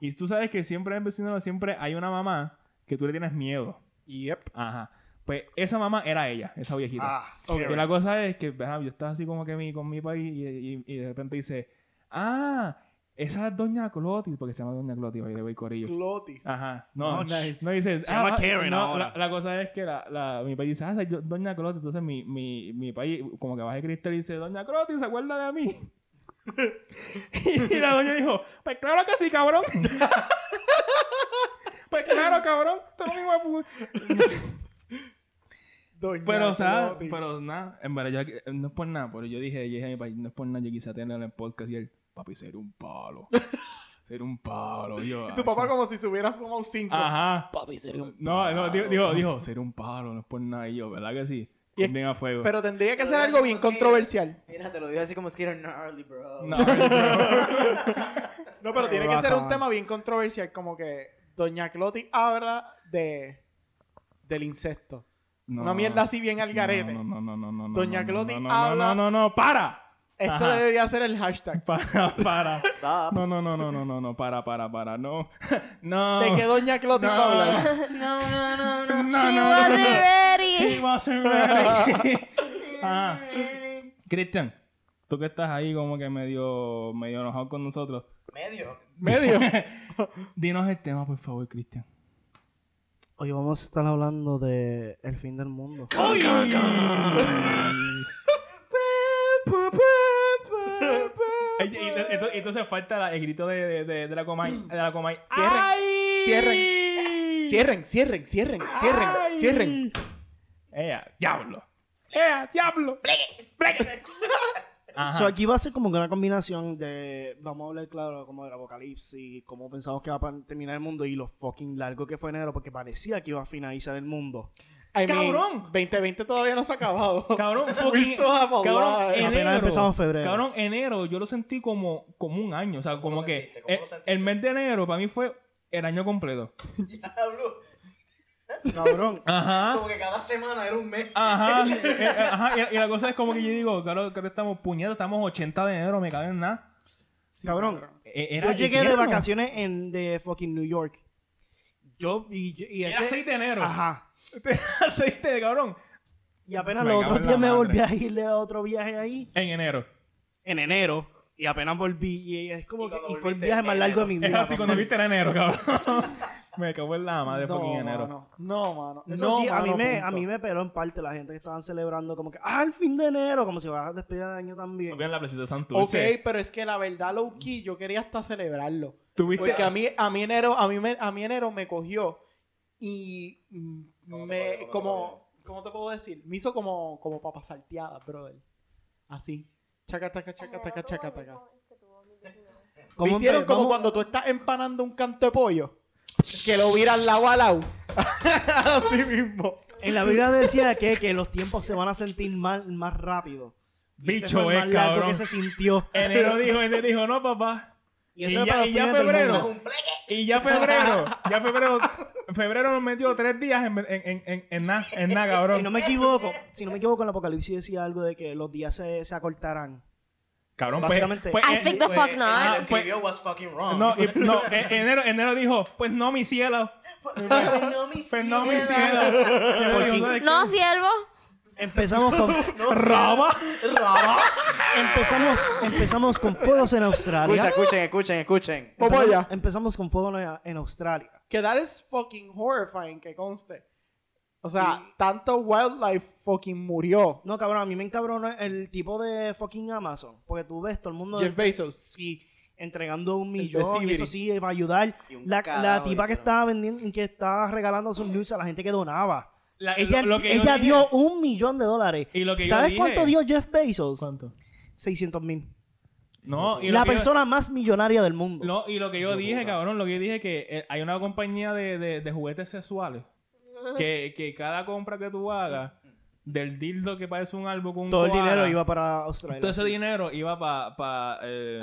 Y tú sabes que siempre en el vecindario siempre hay una mamá que tú le tienes miedo. Yep. Ajá. Pues esa mamá era ella, esa viejita. Ah, Ok. Y la cosa es que, ¿verdad? yo estaba así como que mi, con mi país y, y- y de repente dice, ah, esa es Doña Clotis, porque se llama Doña Clotis, by the way, corillo. Glotis. Ajá. No, No, no, ch- no dice. se llama ah, Karen no, ahora. La, la cosa es que la, la- mi país dice, ah, esa es yo- Doña Clotis. Entonces mi, mi, mi país, como que baja el cristal y dice, Doña Clotis, ¿se acuerda de mí? y la doña dijo, pues claro que sí, cabrón. pues claro, cabrón. Tú eres un hijo de pu- Doña pero, o sea, Glotis. pero nada, en verdad, yo- eh, no es por nada, pero yo dije, yo dije a mi país, no es por nada, yo quise tener en el podcast y él, papi, sería un palo. sería un palo. Y yo, "Ah, Y tu "Ay, papá como si se hubiera fumado cinco. Ajá. Papi, sería un No, no, dijo, dijo, dijo, sería un palo, no es por nada. Y yo, ¿verdad que sí? Y es- Bien a fuego. Pero tendría que Pero ser ya algo se bien consigue. controversial. Mira, te lo digo así como Skeeter gnarly, bro. No, No, pero tiene que ser un tema bien controversial, como que Doña Cloti habla de del incesto. no. Una mierda así bien al garete. No, no, no, no, no, no, Doña no, Cloti no, no, habla- No, no, no, no, para. Esto Ajá. debería ser el hashtag. Para, para. Stop. No, no, no, no, no, no, no, para, para, para. No. No. De que Doña Cloti No. va a hablar. No, no, no, no. No, no, She no, wasn't no. He ready. wasn't ready. Ah. Cristian, tú que estás ahí como que medio, medio enojado con nosotros. Medio. Medio. Dinos el tema, por favor, Cristian. Hoy vamos a estar hablando de el fin del mundo. Ay, y- y- ento- Entonces falta la- el grito de, de- de- de la comay. De la comay. Mm. Cierren, ¡Ay! cierren, Cierren, cierren, cierren, cierren, ¡Ay! cierren. ¡Ea, diablo! ¡Ea, diablo! ¡Bleque! ¡Bleque! So, aquí va a ser como que una combinación de, vamos a hablar claro, como del apocalipsis, cómo pensamos que va a pan- terminar el mundo y lo fucking largo que fue enero, porque parecía que iba a finalizar el mundo. I mean, Cabrón. 2020 todavía no se ha acabado. Cabrón, We fucking, still have a cabrón, lot. enero, Apenas empezamos febrero. Cabrón, enero, yo lo sentí como, como un año. O sea, como lo que sentiste? ¿Cómo el, lo sentiste? el mes de enero para mí fue el año completo. Diablo. Cabrón. Ajá. Como que cada semana era un mes. Ajá, eh, eh, ajá, y, y la cosa es como que yo digo, claro, claro estamos puñetas, estamos 80 de enero, me caben nada. cabrón. Eh, era Yo llegué de invierno. vacaciones en de fucking New York. Yo y, yo- y Era ese 6 de enero. ajá. Era 6 de cabrón. Y apenas Me los cago otros en la días me madre. volví a ir a otro viaje ahí En enero. en enero y apenas volví y es como Y que cuando y fue el volviste, viaje más largo de mi vida. Exacto, y cuando viste era enero, cabrón. me cago en la madre No, fucking enero. mano. No, mano. Eso No, sí, a mí, mano, me, a punto. mí me peló en parte la gente que estaban celebrando como que, ah, el fin de enero, como si vas a despedir de año también. Bien la presentación de Ok, Santurce. pero es que la verdad, Lowkey, yo quería hasta celebrarlo. Tuviste Porque a mí, a mí enero, a mí, me- a mí enero me cogió y mm, ¿Cómo te me, cogió? ¿Cómo te como, ¿cómo te puedo decir? Me hizo como, como papas salteadas, brother. Así. Chaca, taca, chaca, taca, chaca, taca. Me ¿Cómo hicieron empe- como vamos- cuando tú estás empanando un canto de pollo. Que lo viras lado a lado. Así mismo. En la Biblia decía que, que los tiempos se van a sentir mal, más rápido. Y este Bicho fue el es, más largo cabrón. que se sintió. Enero dijo, enero dijo, no, papá. Y eso Y es ya- para y los ya fines del febrero. mundo. Y ya febrero, ya febrero, febrero nos metió tres días en, en, en, en, en nada, en nada, cabrón. Si no me equivoco, si no me equivoco, el apocalipsis decía algo de que los días se, se acortarán. cabrón, pues- básicamente- pues, I eh, think the fuck Pues, not. El Ah, que escribió was fucking wrong. no, y- no, en- enero, enero dijo, pues no, mi cielo. Pues no, mi Pues no, mi cielo. cielo. Enero dijo, ah, ¿sabes qué? No, siervo. Empezamos con Raba. empezamos, empezamos con fuegos en Escucha, Australia. escuchen, escuchen, escuchen. Vamos Empezamos, allá. empezamos con fuegos en- en Australia. Que that is fucking horrifying, que conste. O sea, tanto wildlife fucking murió. No, cabrón, a mí me encabronó el tipo de fucking Amazon. Porque tú ves todo el mundo Jeff Bezos. sí, entregando un de millón y Sibiri. eso sí, eh, para ayudar. Y un La, carajo la tipa que hicieron. estaba vendiendo, que estaba regalando sus news a la gente que donaba. La- ella lo- lo que yo ella dije- dio un millón de dólares. Y lo que yo ¿Sabes dije- cuánto dio Jeff Bezos? ¿Cuánto? 600 mil. No, y lo La que yo- persona más millonaria del mundo. no, y lo que yo dije, cabrón, lo que yo dije que eh, hay una compañía de, de- de juguetes sexuales que, que cada compra que tú hagas del dildo que parece un árbol con un Todo el koala, dinero iba para Australia. Todo ese dinero iba para... Pa, eh,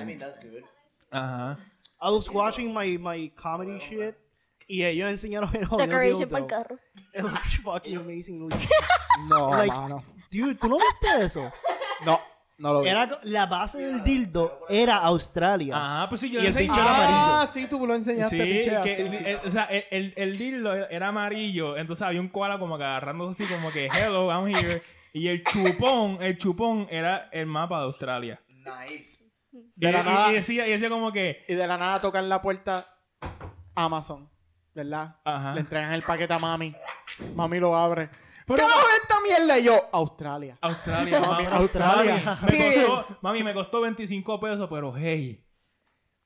Ajá. I was watching my, my comedy shit y ellos enseñaron el Oh, jodido Decoration dildo. para el carro. It looks fucking amazing. No, Like- mano. Dude, ¿tú no viste eso? No, no lo vi. Era, co- la base del dildo era Australia. Ajá, pues sí, yo Y le el enseñé. bicho era amarillo. Ah, sí, tú lo enseñaste, Sí, pichea, que- sí, sí. eh, o sea, el, el, el dildo era amarillo, entonces había un koala como que agarrando así como que hello, I'm here. Y el chupón, el chupón era el mapa de Australia. Nice. Y, De la y- nada. y decía, y decía como que, Y de la nada tocan la puerta Amazon, ¿verdad? ajá. Le entregan el paquete a mami. Mami lo abre. Pero- ¿Qué carajo es esta mierda? Y yo, Australia. Australia, Mami, mami, Australia. Mami, me costó, mami, me costó 25 pesos, pero hey.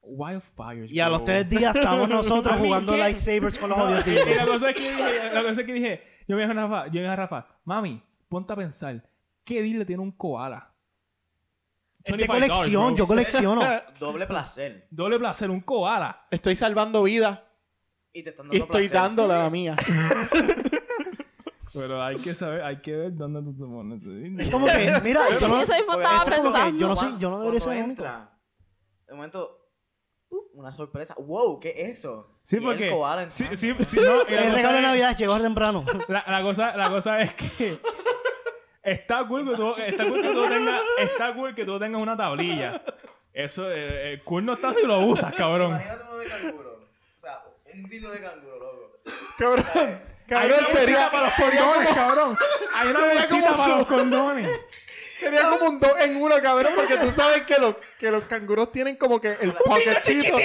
Wildfires. Y a bro. los tres días estamos nosotros Mami, jugando ¿qué? lightsabers con los No, jodidos y la dildos. cosa es que dije, la cosa es que dije, yo me dije a Rafa, yo me dije a Rafa, mami, ponte a pensar, ¿qué dildo tiene un koala? Es $25, de Este colección, bro. yo colecciono. Doble placer. Doble placer, un koala. Estoy salvando vidas Y te están dando y estoy placer. dándole a la mía. Pero hay que saber, hay que ver dónde tú te pones. Es como que, mira, yo no- Eso mismo Oye, estaba eso es como que pensando. yo no soy- yo no debería ser el único. entra, De momento, uh, una sorpresa. Wow, ¿qué es eso? Sí, Y porque. El koala sí, entrando. sí, sí, no, y la el cosa regalo de es- Navidad llegó temprano. La, la cosa, la cosa es que. Está cool que tú, está cool que tú tengas, está cool que tú tengas una tablilla. Eso, eh, eh, cool no está si lo usas, cabrón. Imagínate uno de canguro. O sea, un dilo de canguro, loco. Cabrón. Cabrón, Hay una sería, bolsita para los sería condones, como, cabrón. Hay una Sería bolsita como para tú. los condones. sería como un 2 en 1, cabrón, porque tú sabes que los, que los canguros tienen como que el pocketito.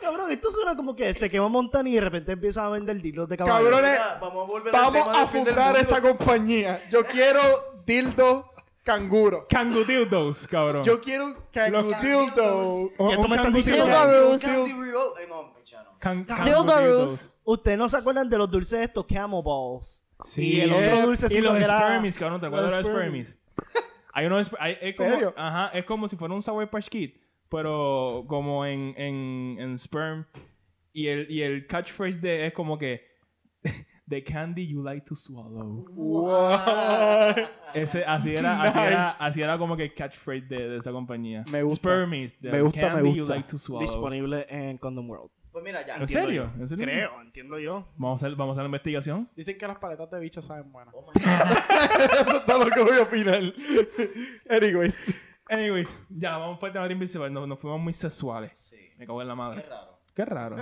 Cabrón, esto suena como que se quema Montana y de repente empiezan a vender dildos de caballo. Cabrones, Mira, vamos a volver al vamos tema a del fin del fundar mundo. esa compañía. Yo quiero dildo canguro. Cangudildos, cabrón. Yo quiero un Los cangudildo. O- ¿Qué un tú me cangudildo. estás diciendo? Dildos. Candy Reroll. Eh, no, picha, no. Can- Dildos. cangudildos. Ustedes no se acuerdan de los dulces estos Camel Balls. Sí. Y el otro Eh, dulcecito Y los que era- Spermies, cabrón, ¿te acuerdas de los los Spermies? Hay unos hay- es como, ¿Serio? Ajá, es como si fuera un Sour Patch Kid, pero como en, en, en Sperm. Y el, y el catchphrase de es como que The candy you like to swallow. Wow. Ese, así, era, así, Nice. era, así era como que el catchphrase de, de esa compañía. Me gusta. Spermies, the Me gusta, me candy you gusta. like to swallow. Disponible en Condom World. Pues mira, ya. ¿En serio? ¿En serio? Creo, entiendo yo. Vamos a hacer, vamos a hacer la investigación. Dicen que las paletas de bicho saben buenas. Oh my God. Eso es todo lo que voy a opinar. Anyways. Anyways, ya, vamos para el tema de invisible. Nos, nos fuimos muy sexuales. Sí. Me cago en la madre. Qué raro. Qué raro.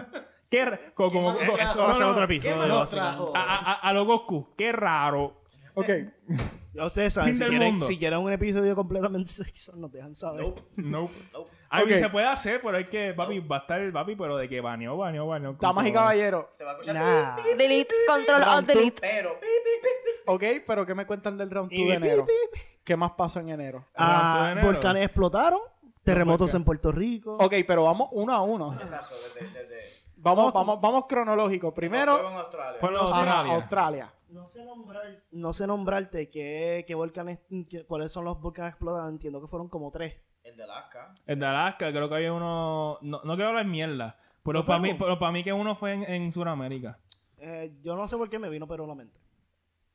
Qué ra- co- como, Qué co- raro. eso Vamos a hacer no, otro no. ¿Qué episodio. me lo básicamente. trajo? A, a, a- a lo Goku. Qué raro. Ok. Ya ustedes saben, Fin si del quieren, mundo. si quieren un episodio completamente sexual, nos dejan saber. Nope, No. nope. Ay, Ok. se puede hacer, pero es que, papi, va a estar el papi, pero de que baneó, baneó, baneó. Damas y caballeros. Se va a escuchar. Nah. Delete, control, Round alt, two. delete. Pero. Ok, pero ¿qué me cuentan del round 2 Y de pi, pi, enero? ¿Qué más pasó en enero? Ah, enero. volcanes explotaron, terremotos en Puerto Rico. Ok, pero vamos uno a uno. Exacto, desde. desde- Vamos, vamos, vamos cronológico. Fue Primero, en Australia. Fue en ajá, Australia. Australia. No sé nombrar, no sé nombrarte qué, qué volcanes, qué- cuáles son los volcanes explotados. Entiendo que fueron como tres. El de Alaska. En Alaska, creo que había uno. No, no quiero hablar mierda. Pero para mí, pero para mí que uno fue en, en Sudamérica. Eh, yo no sé por qué me vino, pero la mente.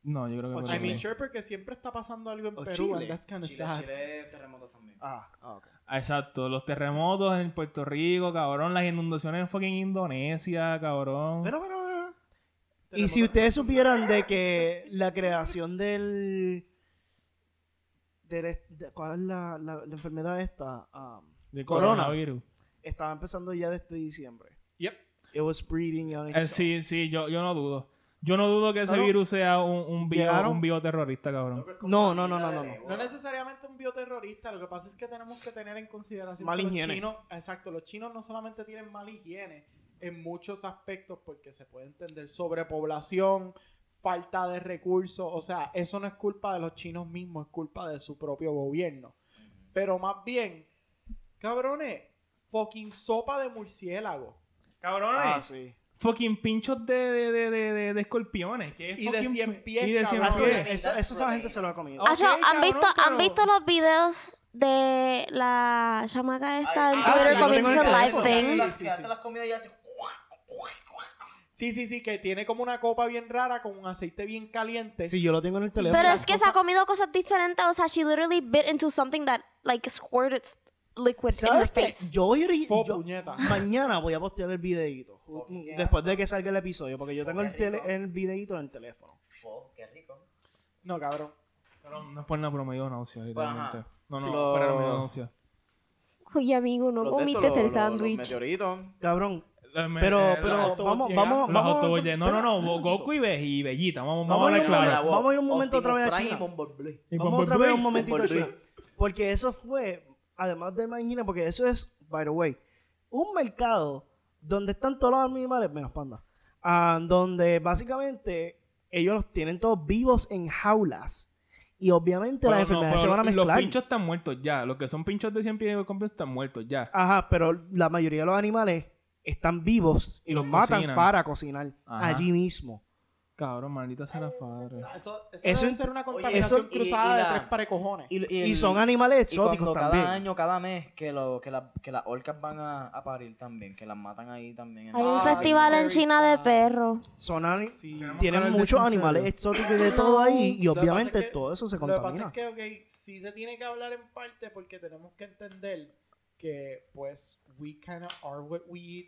No, yo creo que O fue. I mean, en- sure, porque siempre está pasando algo en O Perú. Chile. and that's kind of Chile, sad. Chile, terremotos también. Ah, ah, ok. Ah, Exacto, los terremotos en Puerto Rico, cabrón. Las inundaciones en fucking Indonesia, cabrón. Pero, pero, pero. Y si ustedes supieran de que la creación del. del est- de- ¿Cuál es la, la- la enfermedad esta? Um, Del corona. coronavirus. estaba empezando ya desde diciembre. Yep. It was breeding on Eh, itself. sí, sí, yo, yo no dudo. Yo no dudo que ese Claro. virus sea un, un, bio- Llegaron. un bioterrorista, cabrón. Loco, es como No, una no, no, vida no, de no, no. No Nebula. necesariamente un bioterrorista, lo que pasa es que tenemos que tener en consideración Mala que higiene. los chinos, exacto, los chinos no solamente tienen mala higiene en muchos aspectos porque se puede entender sobrepoblación, falta de recursos, o sea, eso no es culpa de los chinos mismos, es culpa de su propio gobierno. Pero más bien, cabrones, fucking sopa de murciélago. Cabrones. Ah, sí. fucking pinchos de, de, de, de, de- de escorpiones. que es Y de fucking- cien pies, Y de cien Ah, cabrón. eso, pies. eso, eso esa gente se lo ha comido. Ah, Acho, ok, ¿han, cabrón, visto, ¿Han pero- visto los videos de la chamaca esta en ah, Twitter sí, yo tengo comiendo en el live teléfono. hace things? las, que hace las comidas y hace... Sí, sí, sí, que tiene como una copa bien rara con un aceite bien caliente. Sí, yo lo tengo en el teléfono. Pero las es que se ha cosas- comido cosas diferentes. O sea, she literally bit into something that, like, squirted liquid in her ¿Sabes qué? face. Yo voy a... ir- Fo, yo- puñeta. Mañana voy a postear el videíto. Fucking yeah. Después de que salga el episodio, porque yo tengo el, Fucking tele, rico. el videíto en el teléfono. Fo, qué rico. No, cabrón. No, no es por nada, pero me dio náusea, literalmente. Ajá. No, no, Sí. pero me dio Lo- náusea. Oye, amigo, Los no de estos, comiste el los- los- los sándwich. meteoritos. Cabrón, Eh, me- pero, eh, pero la- autobús vamos, llega. vamos, Los vamos. autoboys. No, no, no. espera. Goku y, Be y Bellita. Vamos, Vamos vamos a a hablar ir claro. a vamos a ir un momento otra vez a Optimus Prime China. y Mumble Blade. Y Vamos Bumblebee. otra vez un momentito, Bumblebee. China. Porque eso fue, además de Mañana, porque eso es, by the way, un mercado donde están todos los animales, menos panda, ah, donde básicamente ellos los tienen todos vivos en jaulas. Y obviamente Pero las no, enfermedades pero se van a mezclar. Los pinchos están muertos ya. Los que son pinchos de 100 pies de completo están muertos ya. Ajá, pero la mayoría de los animales están vivos Y y los los matan cocinan. para cocinar Ajá. allí mismo. Cabrón, maldita sea la padre. Eso, eso, Eso debe int- ser una oye, contaminación eso- y- cruzada y de la- tres parecojones. Y, Y, el- son animales y exóticos cuando cada también. año, cada mes, que, lo, que, la- que las orcas van a, a parir también, que las matan ahí también. en- Hay un Ah, festival en very China de sad. perros. Son ani- Sí. Tenemos que tienen hablar de muchos eso en animales serio. exóticos y de todo ahí y Lo que pasa obviamente es que- todo eso se Lo que pasa contamina. es que, ok, sí se tiene que hablar en parte porque tenemos que entender que, pues, we kinda are what we eat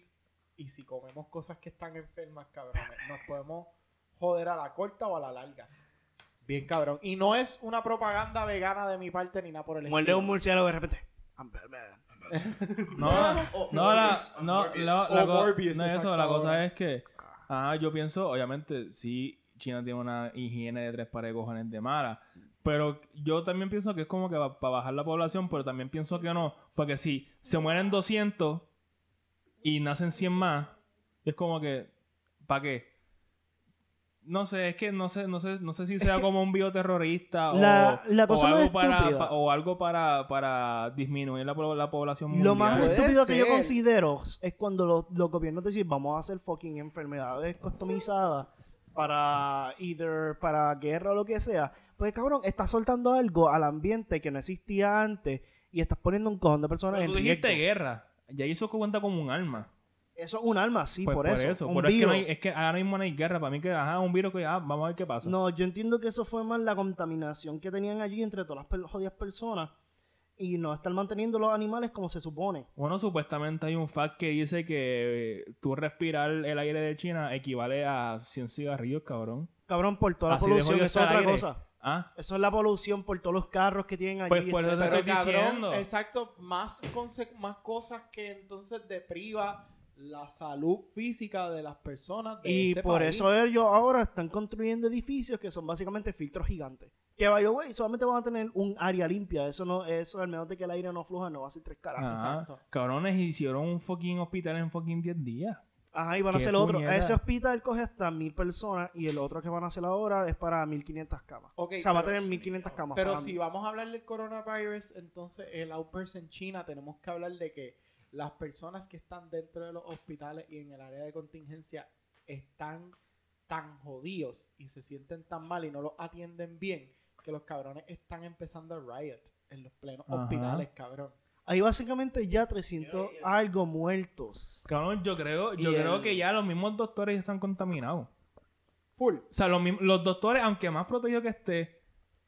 y si comemos cosas que están enfermas, cabrón, nos podemos joder a la corta o a la larga. Bien, cabrón. Y no es una propaganda vegana de mi parte ni nada por el Muerde estilo. un murciélago de repente. No, no, la, no, la, Oh, O la co- Morbius, no es exacto, eso, la ahora. cosa es que, ah, yo pienso, obviamente, sí, China tiene una higiene de tres pares de cojones de mala, pero yo también pienso que es como que para bajar la población, pero también pienso que no, porque si se mueren 200 y nacen 100 más, es como que, ¿para qué? No sé, es que no sé, no sé, no sé si sea como un bioterrorista La- o, la o cosa más algo para, estúpida. pa- o algo para, para disminuir la, po- la población mundial. Lo más Puede estúpido que yo ser. considero es cuando los, los gobiernos dicen vamos a hacer fucking enfermedades customizadas para either para guerra o lo que sea. Pues cabrón, estás soltando algo al ambiente que no existía antes y estás poniendo un cojón de personas Pero en tú dijiste riesgo. guerra. Ya eso cuenta como un arma. Eso es un alma, sí, Pues por, eso. un Pero es que, no virus. hay- es que ahora mismo no hay guerra. Para mí que, ajá, un virus que, ah, vamos a ver qué pasa. No, yo entiendo que eso fue más la contaminación que tenían allí entre todas las pel- jodidas personas y no estar manteniendo los animales como se supone. Bueno, supuestamente hay un fact que dice que eh, tú respirar el aire de China equivale a 100 cigarrillos, cabrón. Cabrón, por toda la Así de polución, jodido eso es está el otra aire. cosa. Ah, Eso es la polución por todos los carros que tienen allí. Pues, por eso etcétera. te Pero estoy cabrón, diciendo. exacto, más, conse- más cosas que entonces depriva la salud física de las personas. de y ese por país. eso ellos ahora están construyendo edificios que son básicamente filtros gigantes. Que, by the way, solamente van a tener un área limpia. Eso no, eso al menos de que el aire no fluja, no va a ser tres carajos. ajá. exacto. cabrones hicieron un fucking hospital en fucking 10 días. Ajá, y van a Qué hacer otro. puñeta. Ese hospital coge hasta mil personas y el otro que van a hacer ahora es para 1500 camas. Ok, o sea, va a pero tener sí, 1500 camas. Pero para si mí. vamos a hablar del coronavirus, entonces el outburst en China tenemos que hablar de que las personas que están dentro de los hospitales y en el área de contingencia están tan jodidos y se sienten tan mal y no los atienden bien que los cabrones están empezando a riot en los plenos Ajá. hospitales, cabrón. Hay básicamente ya 300 algo muertos. Cabrón, yo creo, yo Y creo el- que ya los mismos doctores ya están contaminados. Full. O sea, los, mismos- los doctores, aunque más protegidos que esté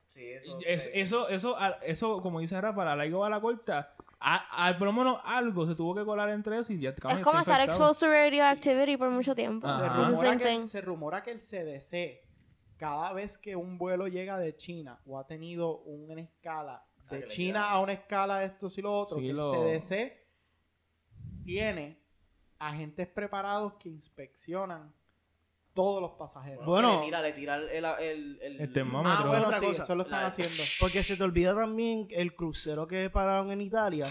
Sí, eso. Es- sí. eso, eso, a- eso, como dice Rafa, la larga o a la corta, a- al por lo menos algo se tuvo que colar entre eso y ya cabrón, Es está como estar infectado. exposed to radioactivity por mucho tiempo. Ajá. Se It's the rumora, same que, thing. se rumora que el CDC, cada vez que un vuelo llega de China o ha tenido una escala Ah, que de le China queda. a una escala de esto y lo otro, Sí, que lo- el CDC tiene agentes preparados que inspeccionan todos los pasajeros. que Bueno. Le tira, le tira el. el, el, el- El termómetro. ah, pero bueno, otra sí, cosa. eso lo están La- haciendo. Porque se te olvida también el crucero que pararon en Italia,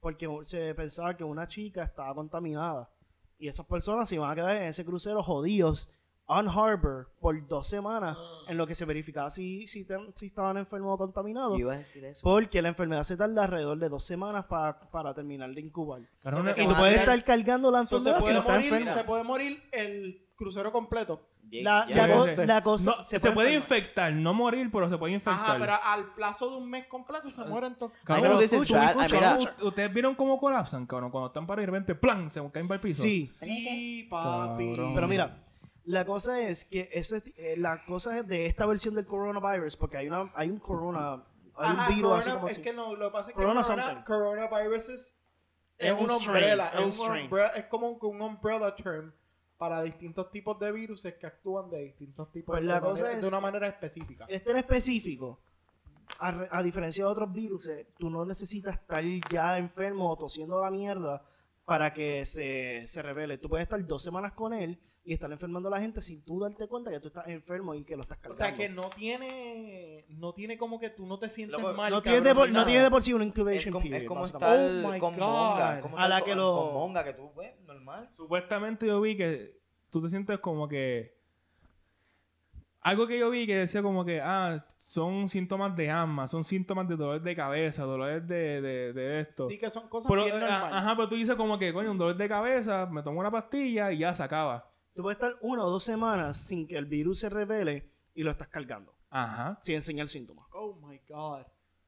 porque se pensaba que una chica estaba contaminada. Y esas personas se iban a quedar en ese crucero jodidos on harbor por dos semanas en lo que se verificaba si, si, ten- si estaban enfermos o contaminados. Iba a decir eso. Porque la enfermedad se tarda alrededor de dos semanas pa- para terminar de incubar. Cabrón, Se una- Y me van tú a puedes tirar- estar cargando la So, se, enfermedad si puede no estás morir, enfermo. se puede morir el crucero completo. Yes, la- ya la lo co- conté. la cosa No, se, puede enfermar. infectar, no morir, pero se puede infectar. Ajá, pero al plazo de un mes completo se mueren todos. I Cabrón, know this is escucha, bad. Ay, escucha, mira, escucha. ¿Ustedes vieron cómo colapsan, cabrón? Cuando están para ir, de repente, ¡plan! Se caen para el piso. Sí. Sí, papi. Cabrón. Pero mira, la cosa es que ese, ti- eh, la cosa es de esta versión del coronavirus, porque hay, una, hay un corona, hay Ajá, un virus corona- así como es así. que no, lo que pasa es que Corona corona, something. coronavirus es, es Es un una strain, umbrella, es un es, un strain. umbrella- es como que un umbrella term para distintos tipos de virus que actúan de distintos tipos Pues de, la cosa manera- es de una manera específica. Este en específico, a, re- a diferencia de otros virus, eh, tú no necesitas estar ya enfermo o tosiendo la mierda para que se, se revele. Tú puedes estar dos semanas con él y estar enfermando a la gente sin tú darte cuenta que tú estás enfermo y que lo estás O cargando. sea que no tiene, no tiene como que tú no te sientes Loco, mal. no tienes de cabrón, por, ni no nada. tienes de por sí un es incubation como, es period, como básicamente. estar Oh my con God. monga. como A estar la con- que lo- Con monga, que tú, pues, normal. Supuestamente yo vi que tú te sientes como que... Algo que yo vi que decía como que, ah, son síntomas de asma, son síntomas de dolor de cabeza, dolores de, de, de esto. Sí que son cosas pero, bien eh, normales. ajá, pero tú dices como que, coño, un dolor de cabeza, me tomo una pastilla y ya se acaba. Tú puedes estar una o dos semanas sin que el virus se revele y lo estás cargando, Ajá. sin enseñar síntomas. Oh my god.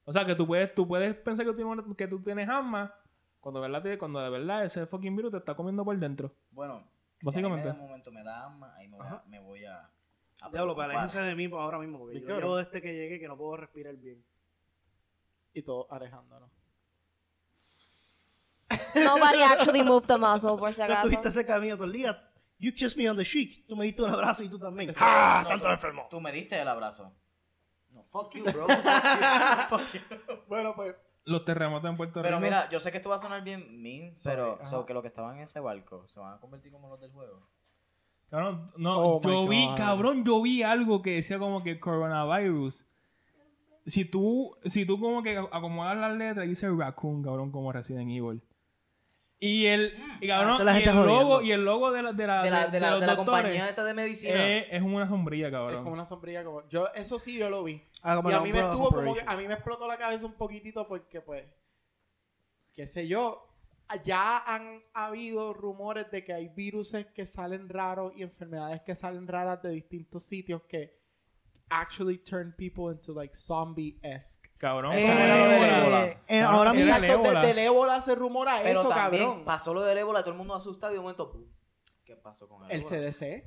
O sea, que tú puedes, tú puedes pensar que tú, tienes una- que tú tienes asma cuando, de verdad, te- cuando de verdad ese fucking virus te está comiendo por dentro. Bueno, Básicamente. Si a mí me da un momento me da asma, ahí me voy a. Ajá. Me voy a a Diablo, preocupar. paréjense de mí ahora mismo, porque ¿De yo qué hora? llevo desde que llegué que no puedo respirar bien. Y todo Alejandro, ¿no? Nobody actually moved the muscle, por si Tú estuviste acaso. ese camino todo el día. You kissed me on the cheek. Tú me diste un abrazo y tú también. Exacto. ¡Ah! No, Tanto tú- enfermo. Tú me diste el abrazo. No, fuck you, bro. Fuck you. Bueno, pues Los terremotos en Puerto Pero Rico. mira, yo sé que esto va a sonar bien mean, Sorry, pero ajá. so, que los que estaban en ese barco se van a convertir como los del juego. Cabrón, no, Oh my yo vi, God. cabrón, yo vi algo que decía como que coronavirus. Si tú, si tú como que acomodas las letras, dice raccoon, cabrón, como Resident Evil. Y el, y Ah, cabrón, eso la y gente el logo, jodiendo. y el logo de la, de Ah, la, De la, de- de de la, los de la doctores compañía esa de medicina. Eh, Eh, es, es una sombrilla, es como cabrón. una sombrilla como... Yo, eso sí yo lo vi. Ah, como y a no, mí me bro, estuvo como que, operation. a mí me explotó la cabeza un poquitito porque pues, qué sé yo, ya han habido rumores de que hay viruses que salen raros y enfermedades que salen raras de distintos sitios que actually turn people into like zombie-esque. Cabrón. Eso no era lo del Eh, ébola. eh, Cabrón, ahora era mismo. el Exacto, ébola. Desde el ébola se rumora pero eso, también cabrón. pasó lo del ébola, todo el mundo asustado y de un momento. ¡pum! ¿Qué pasó con el El ébola? CDC.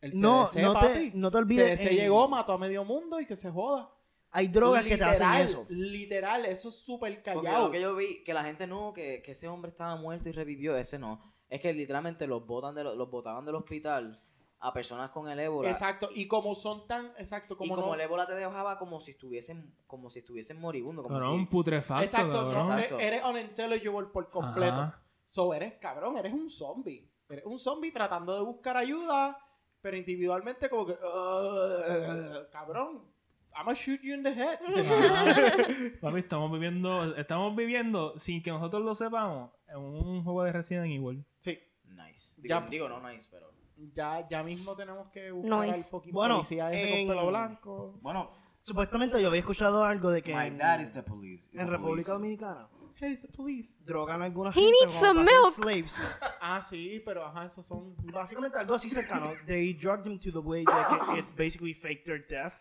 El No, CDC, no papi. te, no te olvides. CDC en- llegó, mató a medio mundo y que se joda. Hay drogas que te hacen Literal, eso. Literal, eso es súper Porque callado. lo que yo vi, que la gente no, que, que ese hombre estaba muerto y revivió, ese no. Es que literalmente los botan de lo- los botaban del hospital a personas con el ébola. Exacto, y como son tan, exacto, Y como, como no- el ébola te dejaba como si estuviesen, como si estuviesen moribundo, como Cabrón, si- putrefacto, exacto, no, cabrón. Exacto. e- eres unintelligible por completo. Ajá. So, eres cabrón, eres un zombie. Eres un zombie tratando de buscar ayuda, pero individualmente como que, "Ugh, cabrón, I'm gonna shoot you in the head. Ajá. Papi, estamos viviendo, estamos viviendo, sin que nosotros lo sepamos, en un juego de Resident Evil. Sí, Nice. Digo, Ya. digo, no nice, pero... ya, ya mismo tenemos que buscar Noise. al poquito Bueno, policía ese en- con pelo blanco. Bueno, Supuestamente yo había escuchado algo de que. my en- dad is the police. is En the República police. Dominicana. Hey, it's the police. Drogan a algunas He gente needs como some para milk. hacer slaves. Ah, sí, pero ajá, esos son... Básicamente algo así cercano. They drugged them to the way that it, it basically faked their death.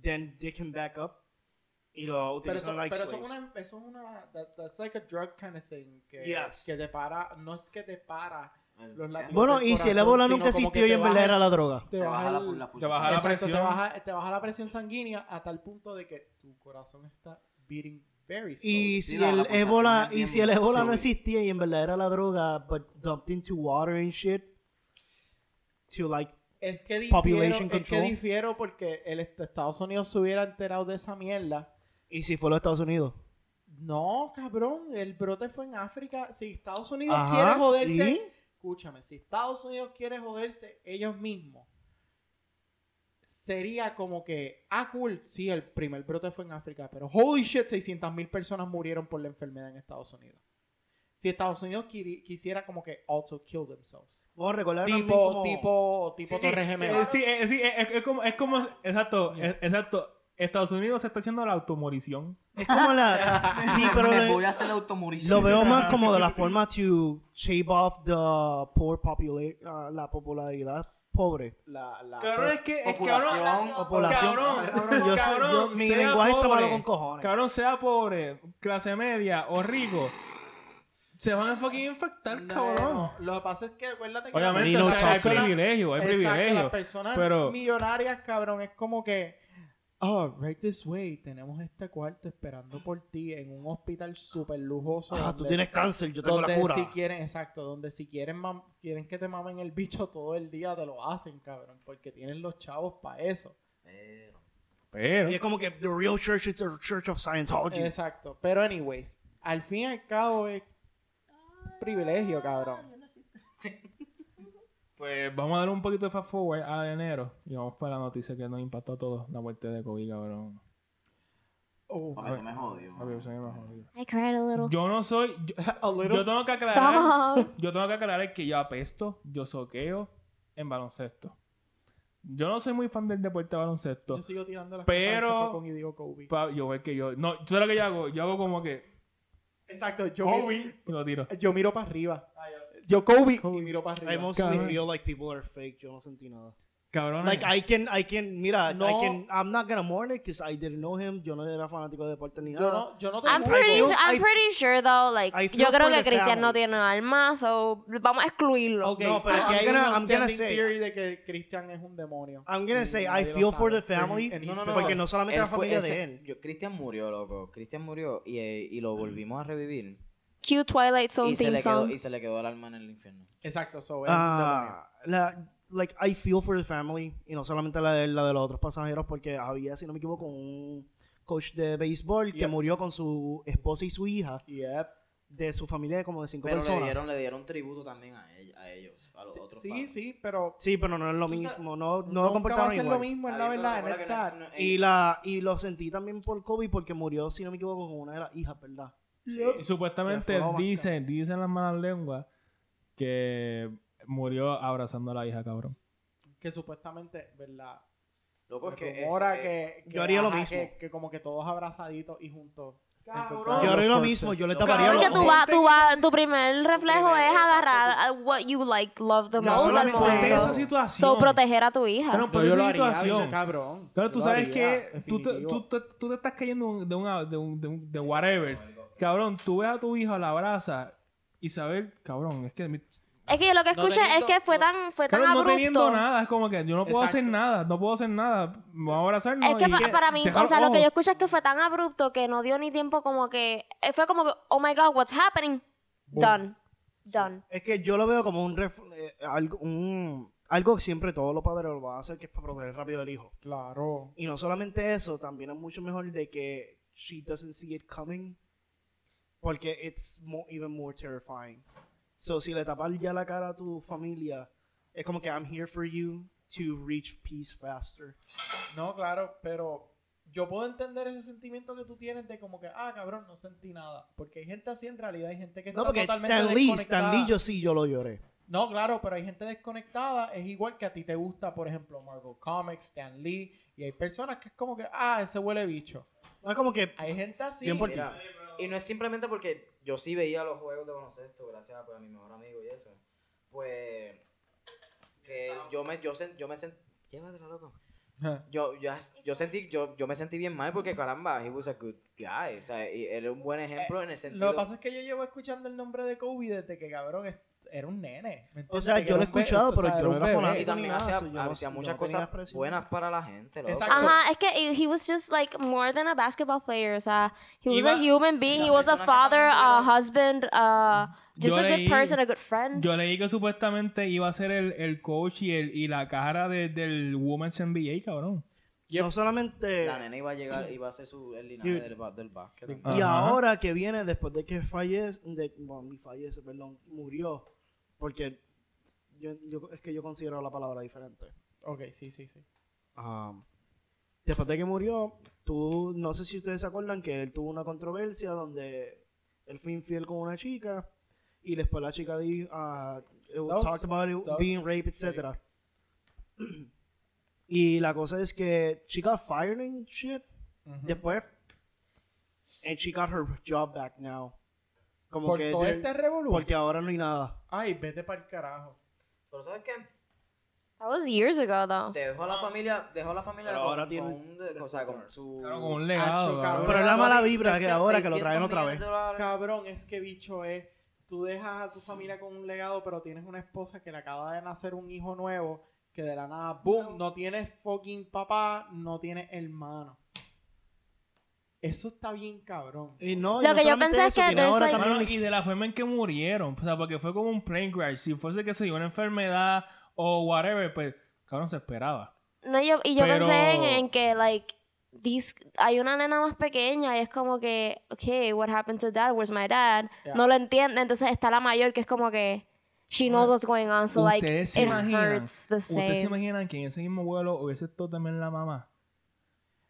Then they came back up. Y lo Pero, utilizan eso, like pero eso es slaves. una, eso es una that- that's like a drug kind of thing que, Yes. que te para, no es que te para los latidos Bueno, del y si el corazón, ébola sino nunca como que existió y te en verdad baja- era la droga. te Te baja la, el- la te baja la- exacto, te presión. baja, te baja la presión sanguínea a tal punto de que tu corazón está beating very slow. Y Sí, si la- la el pulsación ébola, es y bien si el ébola no slowly. existía y en verdad era la droga, but dumped into water and shit. To like, es que difiero, population es que control. difiero porque el est- Estados Unidos se hubiera enterado de esa mierda. y si fue los Estados Unidos. No, cabrón, el brote fue en África. Si Estados Unidos Ajá, quiere joderse, ¿y? escúchame, si Estados Unidos quiere joderse ellos mismos, sería como que, ah, cool, sí, el primer brote fue en África, pero holy shit, 600 mil personas murieron por la enfermedad en Estados Unidos. si Estados Unidos quiri- quisiera como que also kill themselves. Vamos a recordar también Tipo, como- tipo, tipo sí, Torres eh, Gemelas. sí, eh, sí, eh, es, es como, es como, exacto, es- exacto. Estados Unidos se está haciendo la automorición. Es como la... sí, pero Me le- voy a hacer la automorición. lo veo más como de la forma to shave off the poor popula- ah, la popularidad pobre. La, la- Cabrón, es que, es que cabrón, Populación. Población. Oh, Cabrón, yo soy- cabrón, yo- mi sea lenguaje está malo pobre. con cojones. Cabrón, sea pobre, clase media o rico, se van a fucking infectar, No, cabrón. Lo que pasa es que acuérdate que Obviamente, Marino o sea, hay Chaucer. privilegio, hay Exacto, privilegio. las personas pero- millonarias, cabrón, es como que, oh, right this way, tenemos este cuarto esperando por ti en un hospital súper lujoso. Ah, tú donde- tienes cáncer, yo tengo la donde cura. si quieren, exacto, donde si quieren, mam- quieren que te mamen el bicho todo el día, te lo hacen, cabrón, porque tienen los chavos para eso. Pero, Y es como que the real church is the church of Scientology. Exacto. Pero anyways, al fin y al cabo es privilegio, cabrón. pues vamos a dar un poquito de fast forward a enero y vamos para la noticia que nos impactó a todos: la muerte de Kobe, cabrón. Oh, Papi, eso me jodió. La violación es más jodida. I cried a little. Yo no soy. Yo, a yo little- tengo que aclarar. Stop. Yo tengo que aclarar que yo apesto, yo soqueo en baloncesto. Yo no soy muy fan del deporte de baloncesto. yo sigo tirando las Pero- cosas al zafacón y digo Kobe. Pa- yo es que yo. No, ¿tú sabes lo que yo hago? Yo hago como que. Exacto, yo miro, Kobe. Y lo tiro. yo miro para arriba. Yo Kobe, Kobe. y miro para arriba. I mostly Cabrón. feel like people are fake. Yo no sentí nada. Cabrón. Like I can, I can, mira, I No. can, I'm not gonna mourn it because I didn't know him. Yo no era fanático de deporte ni Yo nada. no, yo no te I'm juzgo. pretty, feel- su- I'm I- pretty sure though, like, I feel yo creo for que the Cristian no family. tiene alma, so vamos a excluirlo. Ok, No, pero aquí I'm hay gonna- un I'm gonna standing say- theory de que Christian es un demonio. I'm gonna Y say I nadie lo feel for the sabe. family. And he's No, no, no. Porque special. no solamente Él la fue- familia ese- de él. yo- Cristian murió, loco. Cristian murió y, eh, y lo volvimos a revivir. Cute Twilight Zone Y se, theme le quedó, song. y se le quedó el alma en el infierno. Exacto, so es un demonio. Ah, la, like I feel for the family y no solamente la de, la de los otros pasajeros porque había, si no me equivoco, un coach de béisbol que Yep. murió con su esposa y su hija Yep. de su familia de como de cinco Pero le personas. dieron, le dieron tributo también a, ella- a ellos, a los otros. Sí, padres. sí, pero Sí, pero no es lo Tú sabes, mismo, no, no lo no nunca va a comportaron ser igual. lo mismo, es Está la bien, verdad, pero en el recuerda sad. Ah, que no es- no- Y la y lo sentí también por Kobe porque murió, si no me equivoco, con una de las hijas, ¿verdad? Y supuestamente Se fue, dicen, dicen las malas lenguas que murió abrazando a la hija, cabrón. Que supuestamente, ¿verdad? Loco, Se es que rumora es- que, que- yo haría lo mismo. Que, que como que todos abrazaditos y juntos. Ah, Cabrón. Yo Los haría lo mismo, yo le taparía Cabrón, los que tú ojos. vas, tú vas, tu primer reflejo primer- es exacto, agarrar tu- a what you like, love the No, most al solamente Por esa momento. eso. situación. So proteger a tu hija. Cabrón, por yo esa lo haría, situación. ese cabrón. Claro, tú Yo lo sabes haría, que tú te, definitivo. tú, te, tú te estás cayendo un- de, una, de, un, de, un- de whatever. Cabrón, tú ves a tu hija, la abraza y saber, cabrón, es que... mi- Es que yo lo que No escuché es teniendo- que fue no- tan, fue tan Cabrón, no teniendo abrupto. nada, es como que yo no puedo hacer Exacto. nada, no puedo hacer nada. Me voy a abrazar, no. Es que y- pa- para mí, Cerrar o sea, los lo que yo ojos. escuché es que fue tan abrupto que no dio ni tiempo como que... eh, Fue como, oh my God, what's happening? Done. Done. Es que yo lo veo como un, ref- eh, algo, un- algo que siempre todos los padres lo van a hacer, que es para proteger rápido al hijo. Claro. Y no solamente eso, también es mucho mejor de que she doesn't see it coming, porque it's mo- even more terrifying. So, si le tapas ya la cara a tu familia, es como que I'm here for you to reach peace faster. No, claro, pero yo puedo entender ese sentimiento que tú tienes de como que, ah, cabrón, no sentí nada. Porque hay gente así en realidad, hay gente que está No, porque totalmente Stan Lee, Stan desconectada. Lee yo sí, yo lo lloré. No, claro, pero hay gente desconectada. Es igual que a ti te gusta, por ejemplo, Marvel Comics, Stan Lee. Y hay personas que es como que, ah, ese huele bicho. No es como que Hay gente así. Bien por ti. Mira, y no es simplemente porque yo sí veía los juegos de baloncesto gracias pues, a mi mejor amigo y eso. Pues que yo me yo, sen- yo me sentí llévatelo loco. Yo, yo, yo sentí yo, yo me sentí bien mal porque caramba, he was a good guy, o sea, y era un buen ejemplo Eh, en el Lo sentido que pasa es que yo llevo escuchando el nombre de Kobe desde que, cabrón, es- era un nene. ¿me O entiendes? sea, Que yo lo era he un be- escuchado, o sea, pero yo no era un bebé. fanático. y también ni nada, hacía, eso yo no- hacía yo muchas no tenía cosas expresión. buenas para la gente, loco. Exacto. Ajá, es que he- he was just like more than a basketball player, o sea, he was Iba- a human being, he la was a persona que father, a también era- husband, uh, just Yo a good leí- person, a good friend. Yo leí que supuestamente iba a ser el, el coach y, el, y la cara de- del Women's NBA, cabrón. No solamente... La nena iba a llegar, iba a ser su el linaje Dude. del, ba- del básquet. también. Y Ajá. ahora que viene, después de que fallece, de, bueno, ni fallece, perdón, murió, porque yo, yo- es que yo considero la palabra diferente. Ok, sí, sí, sí. Um, después de que murió, tú, no sé si ustedes se acuerdan que él tuvo una controversia donde él fue infiel con una chica y después la chica dijo, ah, it was- talked about it that being was rape, etc. y la cosa es que she got fired and shit después. And she got her job back now. Como Por que todo de- este revolú. porque ahora no hay nada. Ay, vete para el carajo. Pero ¿sabes qué? That was years ago, though. Dejó a la familia, dejó a la familia Pero con, ahora tiene- con un de- o sea, con su... Claro, con un Acho, legado. cabrón. cabrón. Pero es la mala vibra Es que ahora que lo 600 traen otra millones vez. de dólares. Cabrón, es que bicho es. Tú dejas a tu familia con un legado, pero tienes una esposa que le acaba de nacer un hijo nuevo, que de la nada, boom, no tienes fucking papá, no tienes hermano. Eso está bien, cabrón. Y no, y Lo no que yo solamente pensé es eso, que tiene there's ahora like- también Mano, y de la forma en que murieron, o sea, porque fue como un plane crash. Si fuese que se dio una enfermedad o whatever, pues, cabrón, se esperaba. No, yo, y yo Pero- pensé en, en que, like, these, hay una nena más pequeña y es como que, okay, what happened to dad? Where's my dad? Yeah. No lo entiende. Entonces está la mayor que es como que, she knows what's going on, so, like, ¿Ustedes se it imaginan? hurts the ¿Ustedes se same. imaginan que en ese mismo vuelo hubiese estado también la mamá?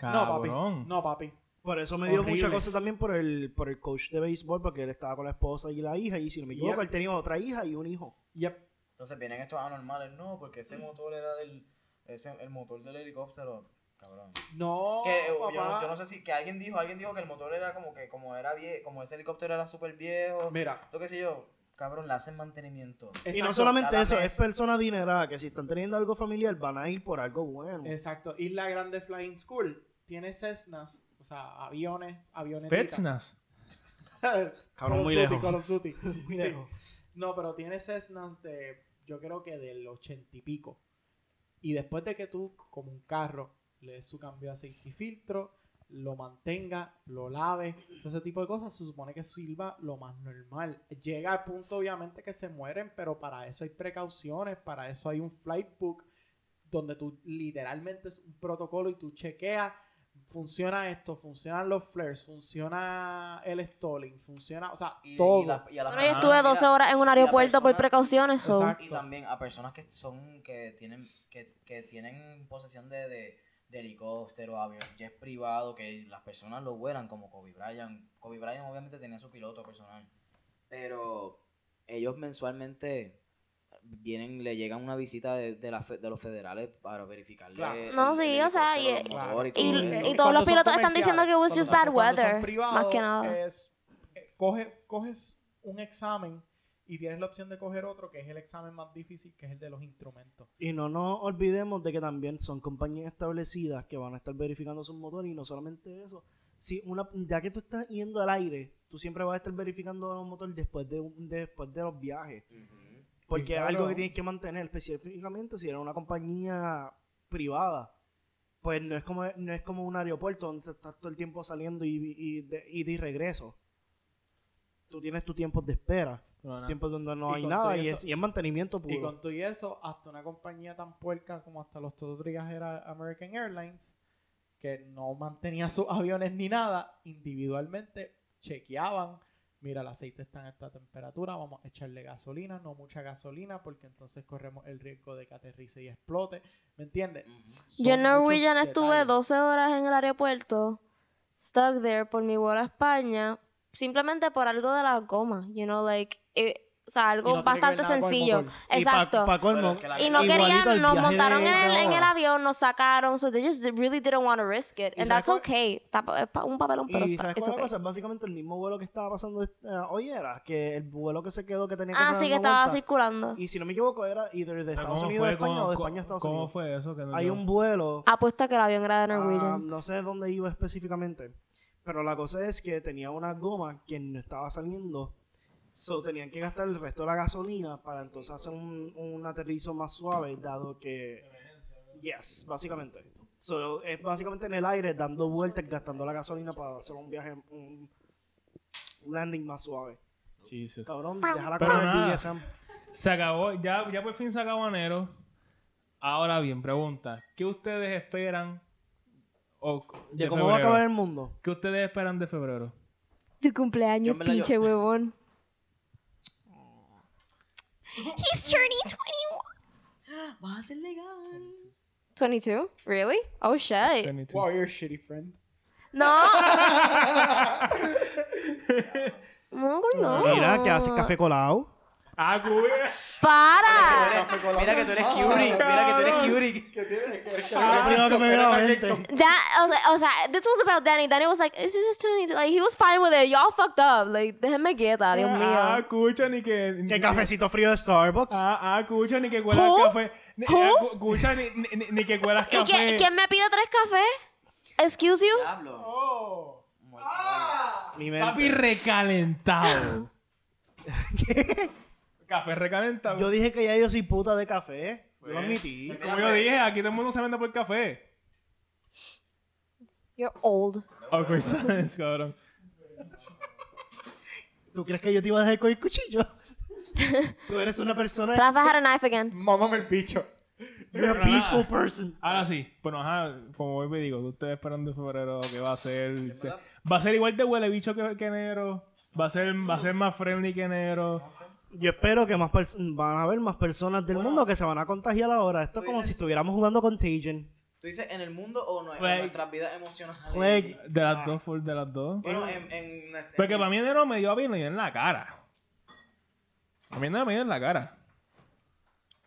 No, papi. Cabrón. No, papi. Por eso me dio Horrible. mucha cosa también por el, por el coach de béisbol, porque él estaba con la esposa y la hija, y si no me equivoco, Yep. él tenía otra hija y un hijo. Yep. Entonces vienen estos anormales, no, porque ese motor era del... Ese, el motor del helicóptero, cabrón. No, Que, eh, yo, papá. no, yo no sé si que alguien dijo, alguien dijo que el motor era como que como era vie- como ese helicóptero era súper viejo, Mira. lo que sé yo, cabrón, le hacen mantenimiento. y no exacto, solamente cada eso, mes. es persona adinerada, que si están teniendo algo familiar van a ir por algo bueno. Exacto. Isla Grande Flying School tiene Cessnas, o sea, aviones, aviones. Spetsnaz. Cabrón, muy lejos. Call of Duty. Muy Sí. lejos. No, pero tiene Cessnas de, yo creo que del ochenta y pico. Y después de que tú, como un carro, le des su cambio de aceite y filtro, lo mantenga, lo lave, todo ese tipo de cosas, se supone que sirva lo más normal. Llega al punto, obviamente, que se mueren, pero para eso hay precauciones, para eso hay un flight book, donde tú literalmente es un protocolo y tú chequeas, funciona esto, funcionan los flares, funciona el stalling, funciona, o sea, Y, y todo. la- y a Bueno, yo las personas, estuve 12 mira, horas en un aeropuerto por persona- precauciones, so. Exacto. Y también a personas que son, que tienen, que, que tienen posesión de, de, de helicóptero, avión, jet privado, que las personas lo vuelan, como Kobe Bryant. Kobe Bryant obviamente tenía su piloto personal. Pero ellos mensualmente vienen, le llegan una visita de, de, la fe- de los federales para verificar Claro. No, sí, o sea, y- helicóptero, los motores y- todo Claro. eso. y todos los Cuando son pilotos están diciendo que it was comerciales, just cuando bad son- cuando son weather, privados, más que nada. es- eh, coge- coges un examen y tienes la opción de coger otro, que es el examen más difícil, que es el de los instrumentos. Y no nos olvidemos de que también son compañías establecidas que van a estar verificando sus motores y no solamente eso. Si una, ya que tú estás yendo al aire, tú siempre vas a estar verificando los motores después de, un- después de los viajes. Ujú. Porque es claro. algo que tienes que mantener, específicamente si era una compañía privada. Pues no es como, no es como un aeropuerto donde estás todo el tiempo saliendo y, y, de, y de regreso. Tú tienes tus tiempos de espera, Pero nada. tiempos donde no Ah. Y hay con nada todo y eso- es, y es mantenimiento Y puro. con todo y eso, hasta una compañía tan puerca como hasta los Tototrigas era American Airlines, que no mantenía sus aviones ni nada, individualmente chequeaban, mira, el aceite está en esta temperatura, vamos a echarle gasolina, no mucha gasolina, porque entonces corremos el riesgo de que aterrice y explote, ¿me entiendes? Yo en Son muchos Norwegian estuve detalles. 12 horas en el aeropuerto, stuck there por mi vuelo a España, simplemente por algo de la goma, you know, like, eh, o sea, Y no tiene algo que bastante ver nada con el sencillo. motor. Y pa- Exacto. pa' Pero colmo, es que la y no Igualito al querían, nos viaje montaron en el, de en el ahora. avión, nos sacaron, so they just really didn't want to risk it, ¿Y and sabes that's cuál- okay, Está pa- es pa- un papelón, pero Y está- sabes it's cuál es la okay. cosa? básicamente el mismo vuelo que estaba pasando eh, hoy era que el vuelo que se quedó que tenía que Ah, estar sí, que dando estaba vuelta. circulando. Y si no me equivoco era either de Pero Estados ¿cómo Unidos a fue? España o de ¿Cómo- España a Estados ¿Cómo Unidos. fue eso? Que no- Hay un vuelo Apuesto que el avión era de Ah, Norwegian. no sé dónde iba específicamente. Pero la cosa es que tenía una goma que no estaba saliendo. So tenían que gastar el resto de la gasolina para entonces hacer un, un aterrizo más suave, dado que. Yes, básicamente. So, es básicamente en el aire, dando vueltas, gastando la gasolina para hacer un viaje, un landing más suave. Jesus. Cabrón, déjala Pero con el nada. BDSM. Se acabó, ya, ya por fin se acabó enero. Ahora bien, pregunta, ¿qué ustedes esperan o- ¿De, de, cómo va a febrero? acabar el mundo? ¿Qué ustedes esperan de febrero? Tu Yo cumpleaños, me la- yo- pinche huevón. He's turning 21. Va a ser legal. 22? Really? Oh, shit. Jenny, tú. Wow, you're a shitty friend. No. No, no. Mira, que haces café colado. Ah, cubre. ¡Para! Mira que tú Ah. eres Kyuri. Mira que tú eres Kyuri. ¿Qué tienes? ¿Qué- qué- Ah, Lo primero que me vino a la mente. That o sea, o sea, this was about Danny. Danny was like, it's just Tony. Like he was fine with it. Y'all fucked up. Like déjenme quieta, Dios Ah, mío. escucha, ni que. ni Que que- cafecito frío de Starbucks. Ah, ah, escucha, ni que cuelas Who? café. Ni- Who? ah, cu- Escucha, ni, ni- ni, ni que cuelas ¿Y café. quién, quién me pide tres cafés? Excuse you. Diablo. Oh, Ah. Mi mente. papi recalentado. Café recalentado. Yo dije que ya yo soy puta de café. Yo lo Pues, admití. Como yo dije, aquí todo el mundo se vende por café. You're old. Awkward silence, cabrón. ¿Tú crees que yo te iba a dejar con el cuchillo? Tú eres una persona. Rafa had a knife again. Mámame el bicho. You're a peaceful person. Ahora sí, bueno, ajá, como vuelvo y digo, ustedes esperando febrero que va a ser. se- va a ser igual de huele bicho que, que enero. Va a ser, va a ser más friendly que enero. Yo espero que más pers- van a haber más personas del mundo que se van a contagiar ahora. Esto es tú como Pues dices- si estuviéramos jugando Contagion. ¿Tú dices en el mundo o no, en Plague. nuestras vidas emocionales? Plague. De las dos, full de las dos. Bueno, en... en nuestra- Porque para mí enero me dio a mí, me dio en la cara. A mí enero me dio en la cara.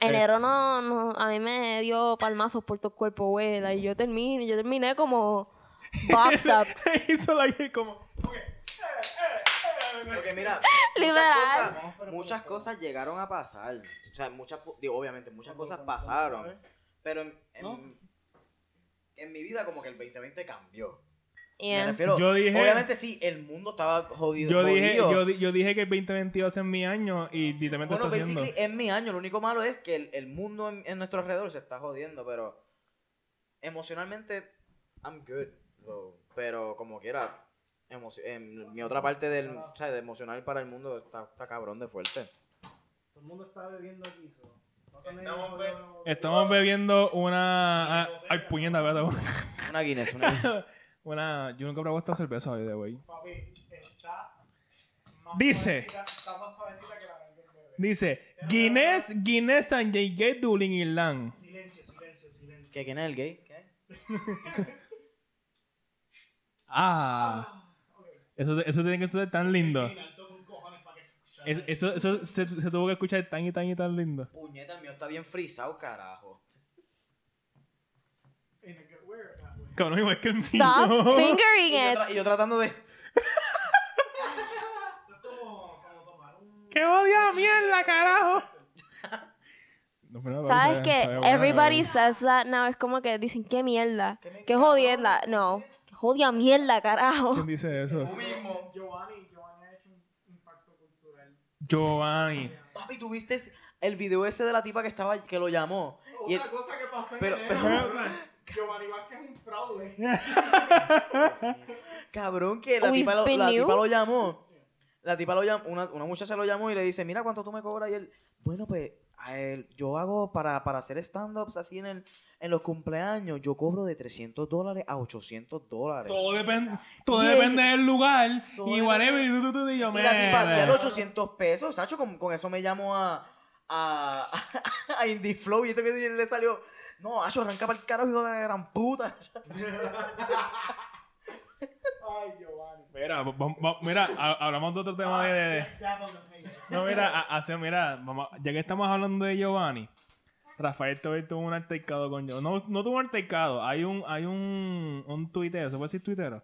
Eh, Enero no, no, a mí me dio palmazos por todo el cuerpo, abuela. Y yo terminé, yo terminé como boxed up. Hizo la que como. Porque mira, Liberal. muchas cosas, muchas cosas llegaron a pasar. O sea, muchas, po- digo, obviamente, muchas cosas ¿Eh? pasaron. Pero en, en- en mi vida como que el 2020 cambió. Me Yeah. refiero, Yo dije- obviamente sí, el mundo estaba jodido. Yo dije, jodido. yo, di- yo dije que el 2022 es mi año y literalmente Bueno, pues, está haciendo. basically es mi año. Lo único malo es que el, el mundo en, en nuestro alrededor se está jodiendo, pero emocionalmente I'm good. so, pero como quiera, emoci- en mi otra parte del, o sea, de emocional para el mundo está, está cabrón de fuerte. Todo el mundo está bebiendo aquí. Estamos bebiendo una. ah, Ay, puñeta, espérate, una- Una Guinness, una Guinness. Una. Yo nunca he probado esta cerveza hoy de wey. Dice. Dice. Guinness, Guinness San J.K. Dublin Irland. ¿Qué, ¿Quién es el gay? ¿Qué? Ah. Eso, eso tiene que ser tan lindo. Es- eso eso se, se tuvo que escuchar tan y tan y tan lindo. Puñeta, el mío está bien frisado, carajo. Cabrón, igual que el mío. Stop Y fingering yo, it. tra- y yo tratando de. ¡Qué odia mierda, carajo! No, pero- ¿Sabes que sabe buena, cabrón. Everybody says that now. Es como que dicen, qué mierda. Qué jodienda. No. Qué jodia mierda, carajo. ¿Quién dice eso? Giovanni. Papi, ¿tuviste el video ese de la tipa que estaba que lo llamó? Y el- Otra cosa que pasó en pero- enero, pero- cabrón, Giovanni Vázquez es un fraude. Cabrón, que la, We've tipa lo, been la new. tipa lo llamó. La tipa lo llamó, una, una muchacha lo llamó y le dice, mira cuánto tú me cobras. Y él, bueno, pues a él, yo hago para, para hacer stand-ups así en, el, en los cumpleaños, yo cobro de 300 dólares a 800 dólares. Todo depende, todo Y el- depende del lugar todo y depende- whatever. Y, tú, tú, tú, y yo, Y la tipa, ya "Mira". los 800 pesos, Sacho, con, con eso me llamo a, a, a Indie Flow y esto que le salió, no, Acho, arranca para el carajo, hijo de la gran puta. Mira, va- va- mira, ha- hablamos de otro tema de- de... No, mira, a- hace- mira, vamos a- ya que estamos hablando de Giovanni, Rafael Tobel tuvo un altercado con Giovanni. No, no tuvo un altercado, hay un, hay un, un tuitero, ¿se puede decir tuitero?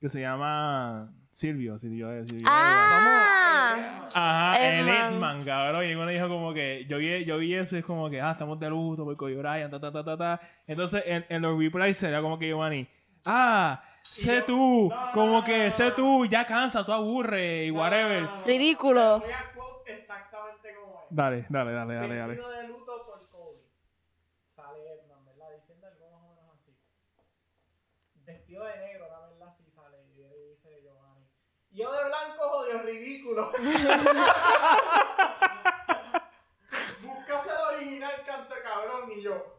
Que se llama Silvio, Silvio, Silvio Ah. Ajá, el Eggman. Hitman, cabrón. Y uno dijo como que, yo vi, yo vi eso y es como que, ah, estamos de luto por Kobe Bryant, ta, ta, ta, ta, ta. Entonces, en, en los replies sería como que Giovanni, ah, sé tú, como que sé tú, ya cansa, tú aburre y whatever. Ridículo. Voy a quote exactamente como es. Dale, dale, dale, dale, dale. Vestido de luto por Kobe. Sale Edman, ¿verdad? Diciendo algo más o menos así. Vestido de negro, la verdad, sí sale. Y le dice Giovanni. Yo de blanco, jodido ridículo. Buscas el original, canto cabrón, y yo.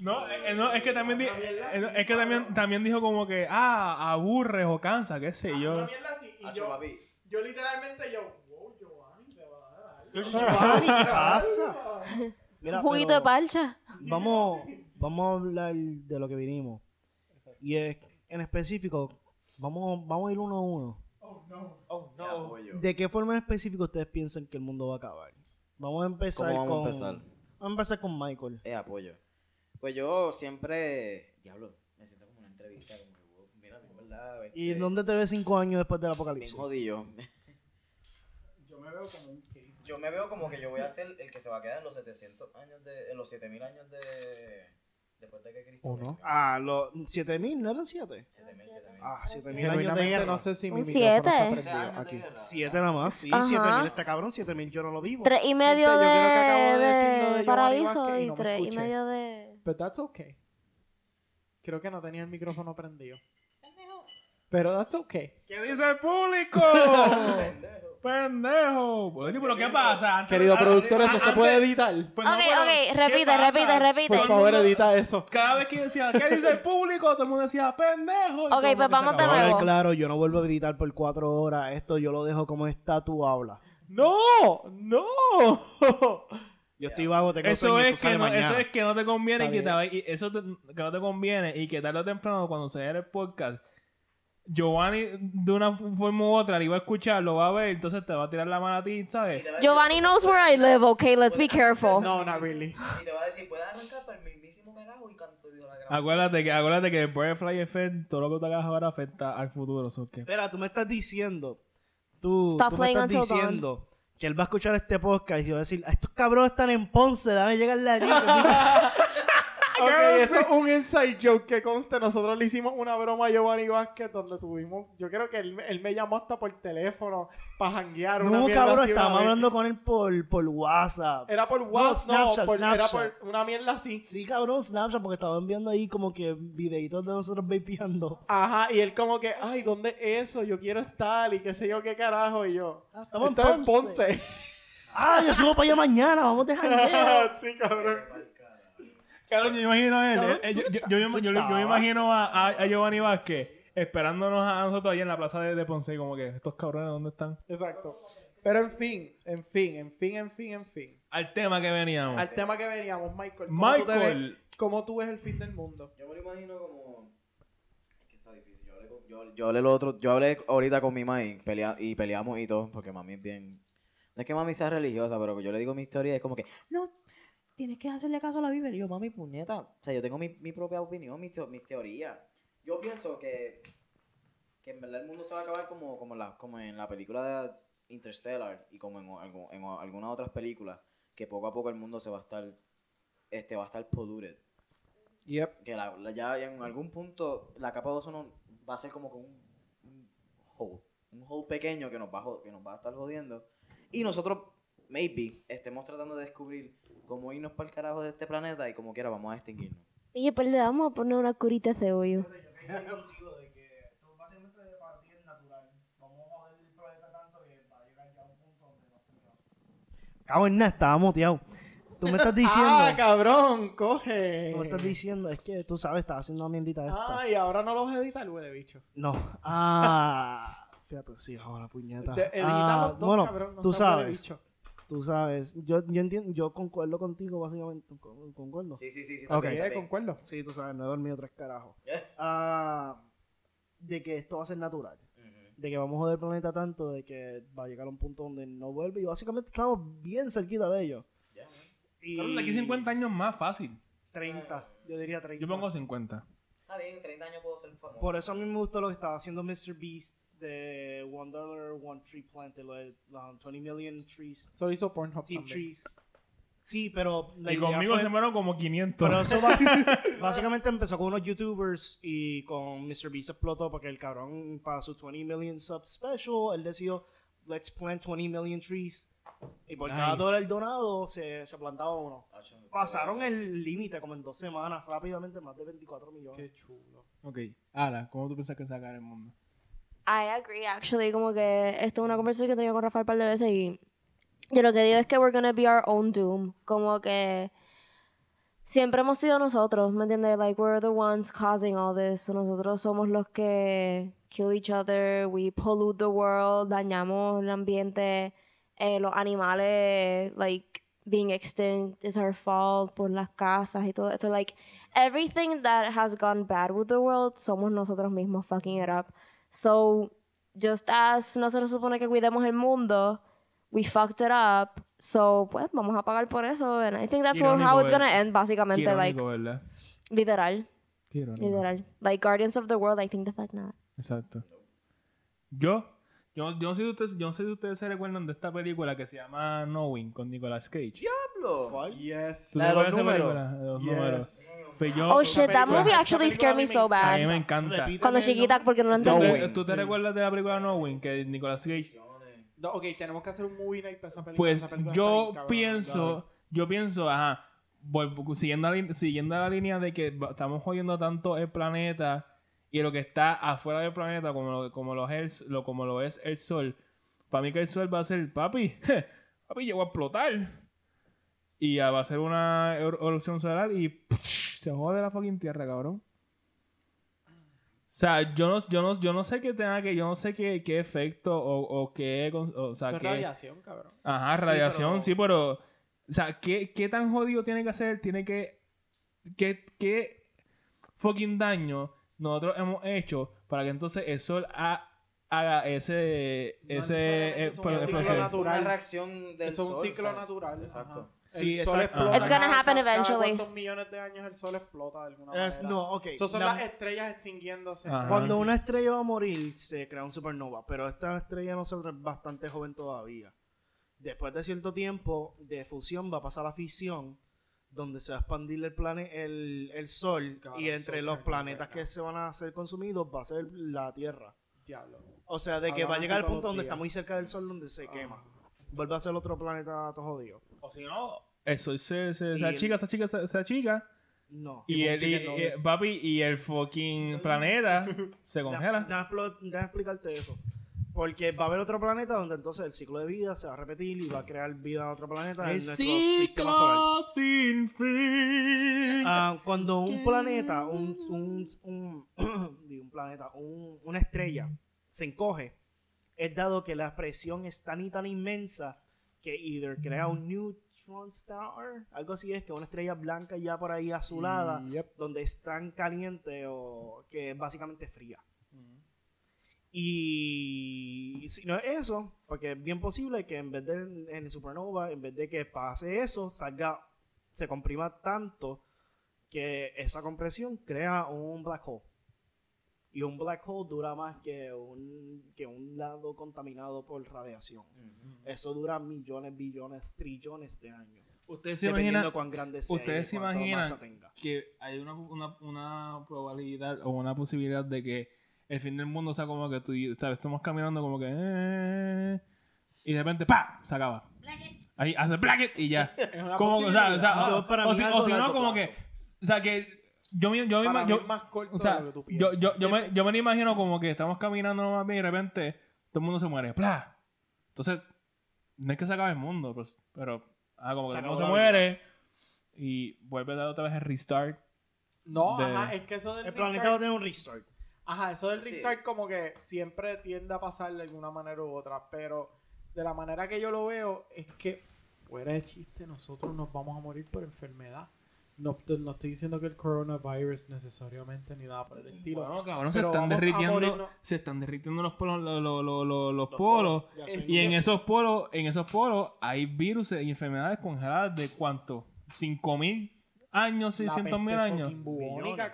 No, eh, eh, no, es que también, di- eh, no, es que también, también dijo como que, ah, aburres o cansa, qué sé Una yo. mierda así. Y Acho, yo, papi. yo literalmente, yo, wow, Giovanni, te va a dar algo. Giovanni, ¿qué pasa? Mira, Un juguito de pero- parcha. vamos, vamos a hablar de lo que vinimos. Y es- en específico, vamos, vamos a ir uno a uno. Oh, Te apoyo. ¿De qué forma en específico ustedes piensan que el mundo va a acabar? Vamos a empezar ¿Cómo vamos con. a empezar? Vamos a empezar con Michael. Eh, apoyo. Pues yo siempre. Diablo, me siento como una entrevista. Como que, wow, mira, en verdad. ¿Y este, dónde te ves cinco años después del Bien apocalipsis? jodido. Yo me veo como un Yo me veo como que yo voy a ser el que se va a quedar en los 700 años de. En los 7000 años de. Después de que Cristo. ¿O no? venga. Ah, los 7000, ¿no eran 7? 7000, 7000. Ah, 7000 años de guerra. no sé si mi Un micrófono está siete. Este prendido aquí. 7 nada más, sí. Ajá. 7000 está cabrón, 7000 yo no lo vivo. Tres y medio Gente, yo creo que de, acabo de decir lo de de Giovanni paraíso Vázquez y y no me tres y escuché. medio de... But that's okay. Creo que no tenía el micrófono prendido. Pero that's okay. ¿Qué dice el público? Pendejo. Bueno, pero ¿qué pasa? Antes- Querido antes- productor, eso se antes- puede editar. Pues no, Ok, pero, ok, ¿qué repite, pasa? repite, repite. Por favor, edita eso. Cada vez que decía, ¿qué dice el público? Todo el mundo decía, pendejo. y Ok, todo el mundo pues se vamos de acabó. nuevo. Ahora, claro, yo no vuelvo a editar por 4 horas. Esto yo lo dejo como está, tú habla. ¡No! ¡No! Yo estoy vago, tengo Eso sueño, es, tú que sales no, mañana. eso es que no te conviene y Está que, te, bien. va- y eso te- que no te conviene y que tarde o temprano cuando se dé el podcast Giovanni de una forma u otra le iba a escuchar, lo va a ver, entonces te va a tirar la mano a ti, ¿sabes? Giovanni knows where I live, okay? Let's be careful. No, not really. Y te va a decir, puedes arrancar para el mismísimo carajo y canto de la gran. Ah. Acuérdate que, acuérdate que el Butterfly Effect, todo lo que tú hagas ahora afecta al futuro. so que- Espera, tú me estás diciendo. Tú, Stop tú me playing estás until dawn. diciendo que él va a escuchar este podcast y va a decir: "A Estos cabrones están en Ponce, dame llegarle allí. que Ok, eso es un inside joke que conste. Nosotros le hicimos una broma a Giovanni Vázquez donde tuvimos. Yo creo que él, él me llamó hasta por teléfono para janguear no, una mierda cabrón, así una estábamos vez. hablando con él por, por WhatsApp. Era por WhatsApp, no, Snapchat, por- era Snapchat. por una mierda así. Sí, cabrón, Snapchat, porque estaban viendo ahí como que videitos de nosotros vapeando. Ajá, y él como que, ay, ¿dónde es eso? Yo quiero estar y qué sé yo qué carajo. Y yo, Ah, estamos en "Esto es Ponce". Ah, yo subo para allá mañana, vamos de jangueo. sí, cabrón. Claro, yo me imagino a él, Cabrón, eh, ¿tú yo, yo- yo- yo- tú yo- yo estabas? me imagino a, a- a Giovanni Vázquez esperándonos a nosotros ahí en la plaza de, de Ponce, como que estos cabrones, ¿dónde están? Exacto. Pero en fin, en fin, en fin, en fin, en fin. Al tema que veníamos. Al tema que veníamos, Michael. ¿cómo tú te ves- Michael. ¿Cómo tú ves el fin del mundo? Yo me lo imagino como. Es que está difícil. Yo hablé, con- yo, yo hablé lo otro, yo hablé ahorita con mi mami pelea- y peleamos y todo, porque mami es bien. No es que mami sea religiosa, pero que yo le digo mi historia y es como que, no, tienes que hacerle caso a la Biblia. Y yo, mami, puñeta. O sea, yo tengo mi, mi propia opinión, mis, teo- mis teorías. Yo pienso que, que en verdad el mundo se va a acabar como, como, la, como en la película de Interstellar y como en, o- algo- en o- algunas otras películas, que poco a poco el mundo se va a estar, este, va a estar polluted Yep. que la, la- ya en algún punto la capa de ozono va a ser como que un, un hole, un hole pequeño que nos, va a, jo- que nos va a estar jodiendo. Y nosotros, maybe, estemos tratando de descubrir cómo irnos para el carajo de este planeta y como quiera vamos a extinguirnos. Oye, pues le vamos a poner una curita a ese hoyo. Cago en nada, estaba moteado. Tú me estás diciendo. Ah, cabrón, coge. tú me estás diciendo, es que tú sabes, estaba haciendo una mierdita esta. Ay, ahora no lo vas a editar, huele bicho. No. Ah. Fíjate, sí, ahora puñeta. Te- edita Ah, los dos, bueno, cabrón, no tú seas huele sabes. bicho. Tú sabes. Yo, yo entiendo, yo concuerdo contigo, básicamente. con- Concuerdo. Sí, sí, sí, sí. Ok. también, Eh, también. concuerdo. Sí, tú sabes, no he dormido tres carajos. Ah, de que esto va a ser natural. Ujú. De que vamos a joder el planeta tanto, de que va a llegar a un punto donde no vuelve. Y básicamente estamos bien cerquita de ello. Ya, ¿no? Y... Cabrón, de aquí 50 años más fácil. 30, yo diría 30. Yo pongo 50. Está bien, en 30 años puedo ser famoso. Por eso a mí me gustó lo que estaba haciendo Mr. Beast de One Dollar, One Tree Planted, lo de um, 20 Million Trees, Solo hizo Pornhub Team también. Trees. Sí, pero la y idea conmigo fue- se fueron como 500. Pero eso bas- básicamente empezó con unos youtubers y con Mr. Beast explotó porque el cabrón para su 20 million subs special, él decidió, let's plant 20 million trees. Y por cada Nice. dólar donado se, se plantaba uno. Acho, me Pasaron puedo- el límite como en dos semanas, rápidamente más de 24 millones. Qué chulo. ok, Ala, ¿cómo tú piensas que se va a acabar el mundo? I agree, actually. Como que esto es una conversación que he tenido con Rafael un par de veces y yo lo que digo es que we're gonna be our own doom. Como que siempre hemos sido nosotros, ¿me entiendes? Like, we're the ones causing all this. So, nosotros somos los que kill each other, we pollute the world, dañamos el ambiente, eh, los animales, like, being extinct is our fault por las casas y todo esto. Like, everything that has gone bad with the world, somos nosotros mismos fucking it up. So, just as nosotros supone que cuidemos el mundo, we fucked it up, so pues vamos a pagar por eso. And I think that's what- Irónico, how it's ¿verdad? gonna end, básicamente, Qué like, irónico, ¿verdad? literal, Qué irónico. literal. Like Guardians of the World, I think the fuck not. Exacto. Yo, yo, yo, no sé si ustedes, yo no sé si ustedes se recuerdan de esta película que se llama Knowing con Nicolas Cage. Yes. ¿Tú te La de los acuerdas esa números. película? De los Yes. números. Pues yo, Oh shit, that película- movie esa actually película scared a mí me me so a mí me bad. encanta. Cuando chiquita, porque no lo ¿Tú te- entendí. Knowing. ¿Tú te recuerdas de la película Knowing que Nicolas Cage? No, ok, tenemos que hacer un movie night para esa película. Pues esa película está yo bien cabrona, pienso, yo pienso, ajá, vol- siguiendo la, lin- siguiendo la línea de que va- estamos jodiendo tanto el planeta y lo que está afuera del planeta, como lo, como lo, es, el- lo- como lo es el sol, para mí que el sol va a ser, papi, papi, llegó a explotar. Y ya va a ser una er- erupción solar y se jode la fucking tierra, cabrón. O sea, yo no, yo no, yo no sé qué tenga que, yo no sé qué, qué efecto o, o qué, cons- o sea, Eso es qué- radiación, cabrón. Ajá, Sí, radiación, pero- sí, pero. O sea, ¿qué, ¿qué tan jodido tiene que hacer? Tiene que. ¿Qué, qué fucking daño nosotros hemos hecho para que entonces el sol ha- haga ese. No ese. necesariamente eh, es un pro- ciclo proceso? natural. Una reacción del Eso es un sol, ciclo ¿sabes? natural. Exacto. ajá. Sí, el sol exacto. explota. It's gonna cada- happen cada eventually. ¿Cuántos millones de años el sol explota de alguna manera? Es- no, ok. Eso son la- las estrellas extinguiéndose. Ajá. Cuando una estrella va a morir, se crea un supernova, pero esta estrella no se es bastante joven todavía. Después de cierto tiempo de fusión va a pasar a fisión, donde se va a expandir el, plane, el, el sol Cabrón, y entre so los technical planetas right que now. se van a ser consumidos va a ser la Tierra. Diablo. O sea, de que va Ahora a van a llegar ser el punto todos donde días. Ah. está muy cerca del sol donde se quema. Vuelve a ser otro planeta todo jodido. O si no, el sol se, se, se Y- achica, se achica, se, se achica. No. Y, el, y- chicken y- nuggets. papi, y el fucking planeta se Déjame congela. explicarte eso. Porque va a haber otro planeta donde entonces el ciclo de vida se va a repetir y va a crear vida en otro planeta en El nuestro sistema solar. ciclo sin fin. Ah, cuando un planeta, un, un, un- digo, un planeta, un- una estrella se encoge, es dado que la presión es tan y tan inmensa que either crea un neutron star, algo así es, que una estrella blanca ya por ahí azulada, Mm, Yep. donde es tan caliente o que es básicamente fría. Mm. Y si no es eso, porque es bien posible que en vez de en el supernova, en vez de que pase eso, salga, se comprima tanto que esa compresión crea un black hole. Y un black hole dura más que un, que un lado contaminado por radiación. Eso dura millones, billones, trillones de años. Ustedes se Dependiendo imaginan. cuán grande sea. y ustedes se cuánto imaginan masa tenga. que hay una, una, una probabilidad o una posibilidad de que el fin del mundo sea como que tú y- sabes, estamos caminando como que eh, y de repente ¡pa! se acaba. Ahí hace placket y ya. Es una Como, o sea, o sea, posibilidad. o- Yo, para o mí si, algo o si no, largo como plazo. que. O sea, que yo, mi- yo, Para mismo- mí yo, es más corto o sea, de lo que tú yo, piensas. yo, yo, me, yo me lo imagino como que estamos caminando nomás bien y de repente todo el mundo se muere. ¡Pla! Entonces, no es que se acabe el mundo, pero, pero ah, como que Se todo el mundo acabó se la muere y vuelve a dar otra vez el restart. No, de- ajá, es que eso del El planeta va a restart... tener un restart. Ajá, eso del Sí. restart como que siempre tiende a pasar de alguna manera u otra, pero de la manera que yo lo veo es que, fuera de chiste, nosotros nos vamos a morir por enfermedad. No, pues, no estoy diciendo que el coronavirus necesariamente ni nada por el estilo. Bueno, cabrón, se Pero están vamos a derritiendo, morirnos. se están derritiendo los polos, lo- lo- lo- lo- los polos. Es- Y en es- esos polos, en esos polos hay virus y enfermedades congeladas de cuánto? 5000 años, la 600.000 peste años. fucking bubónica, Ajá.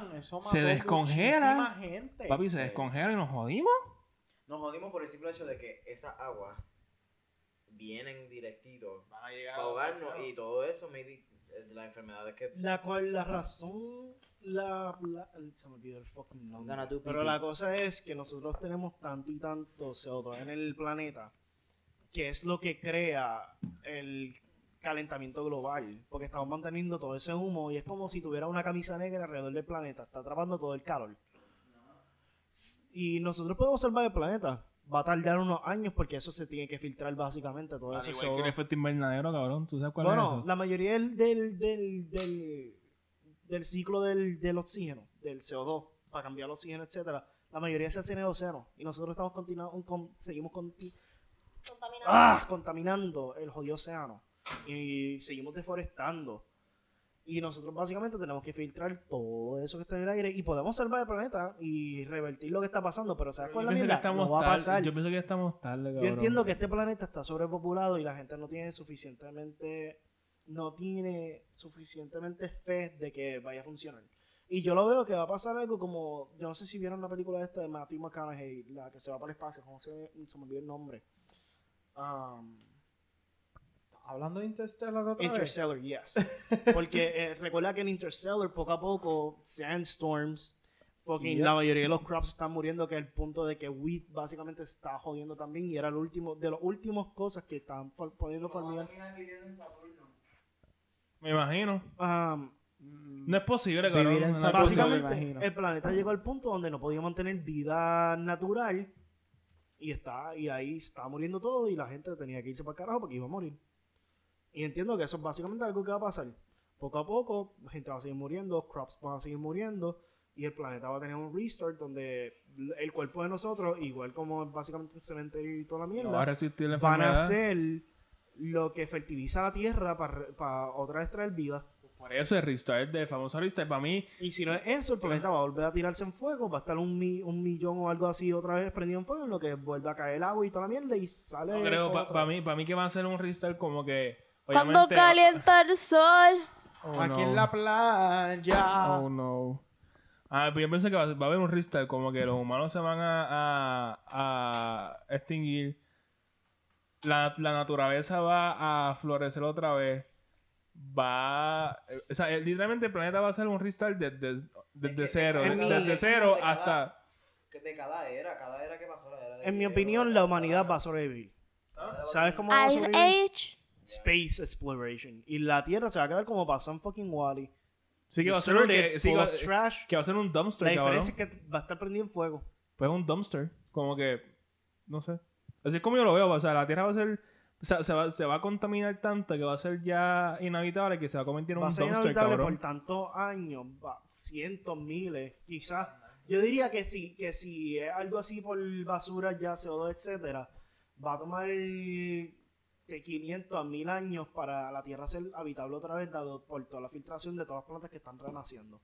cabrón, eso Se mató descongela. muchísima gente. Papi, se descongela y nos jodimos. Nos jodimos por el simple hecho de que esas aguas vienen directito para ahogarnos y todo eso, maybe eh, las enfermedades que... La cual, la razón, la, la- se me olvidó el fucking nombre. Gonna do pipí. Pero la cosa es que nosotros tenemos tanto y tanto CO2 en el planeta, que es lo que crea el calentamiento global, porque estamos manteniendo todo ese humo y es como si tuviera una camisa negra alrededor del planeta, está atrapando todo el calor. S- Y nosotros podemos salvar el planeta. Va a tardar unos años porque eso se tiene que filtrar básicamente todo Al ese igual que el CO2. efecto invernadero, cabrón. ¿Tú sabes cuál es Bueno, eso? la mayoría del, del, del, del, del ciclo del, del oxígeno, del CO2, para cambiar el oxígeno, etcétera, la mayoría se hace en el océano. Y nosotros estamos continuando, seguimos conti- ¡Ah! contaminando el jodido océano. Y seguimos deforestando. Y nosotros básicamente tenemos que filtrar todo eso que está en el aire y podemos salvar el planeta y revertir lo que está pasando, pero ¿sabes cuál Yo es la pienso, que mierda? estamos No va a tarde, pasar. yo pienso que estamos tarde, cabrón. Yo entiendo que este planeta está sobrepopulado y la gente no tiene suficientemente, no tiene suficientemente fe de que vaya a funcionar. Y yo lo veo que va a pasar algo como, yo no sé si vieron la película esta de Matthew McConaughey, la que se va para el espacio, ¿cómo se, se me olvidó el nombre? Um, Hablando de Interstellar otra vez. Interstellar, yes. Porque eh, recuerda que en Interstellar, poco a poco, sandstorms, fucking, Yep. la mayoría de los crops están muriendo, que es el punto de que wheat básicamente está jodiendo también, y era el último, de las últimas cosas que están fol- poniendo formidar. Me imagino. Um, Mm, No es posible, cabrón. Vivir en no es Saturno, posible. Pues, me básicamente, imagino. el planeta llegó al punto donde no podía mantener vida natural, y está, y ahí está muriendo todo, y la gente tenía que irse para el carajo porque iba a morir. Y entiendo que eso es básicamente algo que va a pasar. Poco a poco, la gente va a seguir muriendo, crops van a seguir muriendo, y el planeta va a tener un restart donde el cuerpo de nosotros, igual como básicamente el cementerio y toda la mierda, No va a resistir la van a enfermedad. ser lo que fertiliza la tierra para, para otra vez traer vida. Por eso el restart del famoso restart para mí. Y si no es eso, el planeta va a volver a tirarse en fuego, va a estar un, mi- un millón o algo así otra vez prendido en fuego, en lo que vuelve a caer el agua y toda la mierda y sale. No creo, todo para otra vez. mí, para mí que va a ser un restart como que. Cuando obviamente- calienta el sol. Oh, Aquí no. en la playa. Oh no. Ah, pero yo pienso que va, va a haber un restart, como que los humanos se van a, a- a extinguir. La, la naturaleza va a florecer otra vez. Va. O sea, eh, literalmente el planeta va a ser un restart desde, desde que- cero. en mi- Desde cero en mi- hasta. Que De cada era, cada era que pasó la era de En mi hielo, opinión, de la cada- humanidad va a sobrevivir. cada era ¿Sabes cómo Ah, va a Ice sobrevivir? Age. Space Exploration. Y la Tierra se va a quedar como pasó en fucking Wally. Sí, que va a ser un, que, sí, que va- que va a ser un dumpster, La cabrón. diferencia es que va a estar prendido en fuego. pues un dumpster. Como que, no sé. Así es como yo lo veo. O sea, la Tierra va a ser... o sea, se, va, se va a contaminar tanto que va a ser ya inhabitable que se va a convertir en Va a un ser dumpster, inhabitable por cabrón. tantos años, va- cientos, miles, quizás. Yo diría que sí, que si es algo así por basura, ya CO2, etcétera, va a tomar de 500 a 1000 años para la Tierra ser habitable otra vez, dado por toda la filtración de todas las plantas que están renaciendo.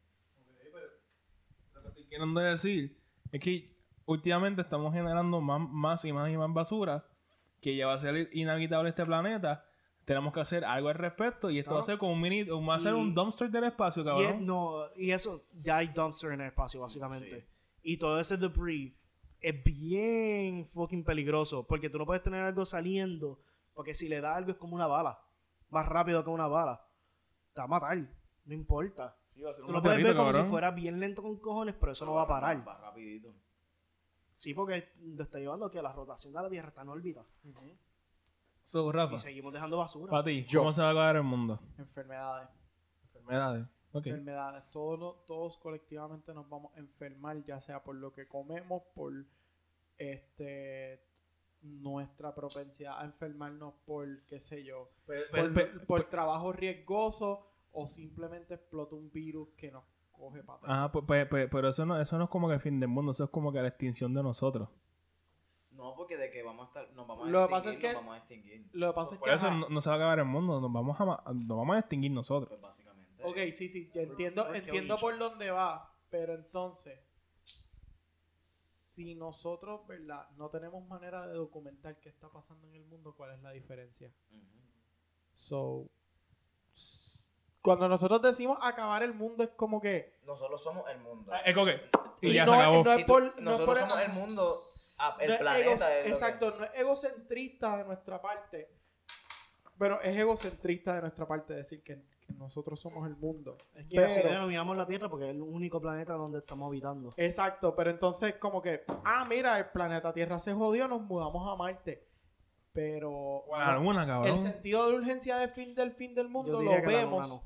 Lo que estoy queriendo decir es que últimamente estamos generando más, más y más y más basura que ya va a ser inhabitable este planeta. Tenemos que hacer algo al respecto y esto va a Claro. ser como un mini... Va a ser Y- un dumpster del espacio, Y, es- cabrón. no, y eso, ya hay dumpster en el espacio, básicamente. Y todo ese debris es bien fucking peligroso. Porque tú no puedes tener algo saliendo. Porque si le da algo es como una bala. Más rápido que una bala. Te va a matar. No importa. Sí, va a ser Tú un lo puedes ver meteorito, como cabrón. si fuera bien lento con cojones, pero eso no va a parar. Va rapidito. Sí, porque lo está llevando que la rotación de la Tierra está en órbita. So, Rafa, Y seguimos dejando basura. para ti, Yo. ¿cómo se va a acabar el mundo? Enfermedades. Enfermedades. Ok. Enfermedades. Todos, no- todos colectivamente nos vamos a enfermar, ya sea por lo que comemos, por este nuestra propensidad a enfermarnos por, qué sé yo, Pues, por, por trabajos riesgosos o simplemente explota un virus que nos coge para Ajá, pues, pues- pues- pero eso no, eso no es como que el fin del mundo, eso es como que la extinción de nosotros. No, porque de que vamos a estar, nos vamos a Lo que extinguir, pasa es que- nos vamos a extinguir. Lo que pasa es Por que... eso ajá, no, no se va a acabar el mundo, nos vamos a, ma- nos vamos a extinguir nosotros. Pues básicamente. Ok, sí, sí, ya entiendo, porque entiendo oye, por dónde va, pero entonces, si nosotros, ¿verdad? No tenemos manera de documentar qué está pasando en el mundo, ¿cuál es la diferencia? Ujú. So, s- cuando nosotros decimos acabar el mundo es como que... Nosotros somos el mundo. Ah, Es como que. Y y ya no, se es- acabó. no es Si tú- por... no es nosotros por- somos el mundo, ah, el no es planeta. es egos- lo que- exacto, no es egocentrista de nuestra parte, pero es egocentrista de nuestra parte decir que, que nosotros somos el mundo. Es que así Pero- denominamos la Tierra porque es el único planeta donde estamos habitando. Exacto, pero entonces como que, ah, mira, el planeta Tierra se jodió, nos mudamos a Marte. Pero O a la luna, el cabrón. sentido de urgencia de fin del fin del Yo mundo diría lo que la luna vemos. no.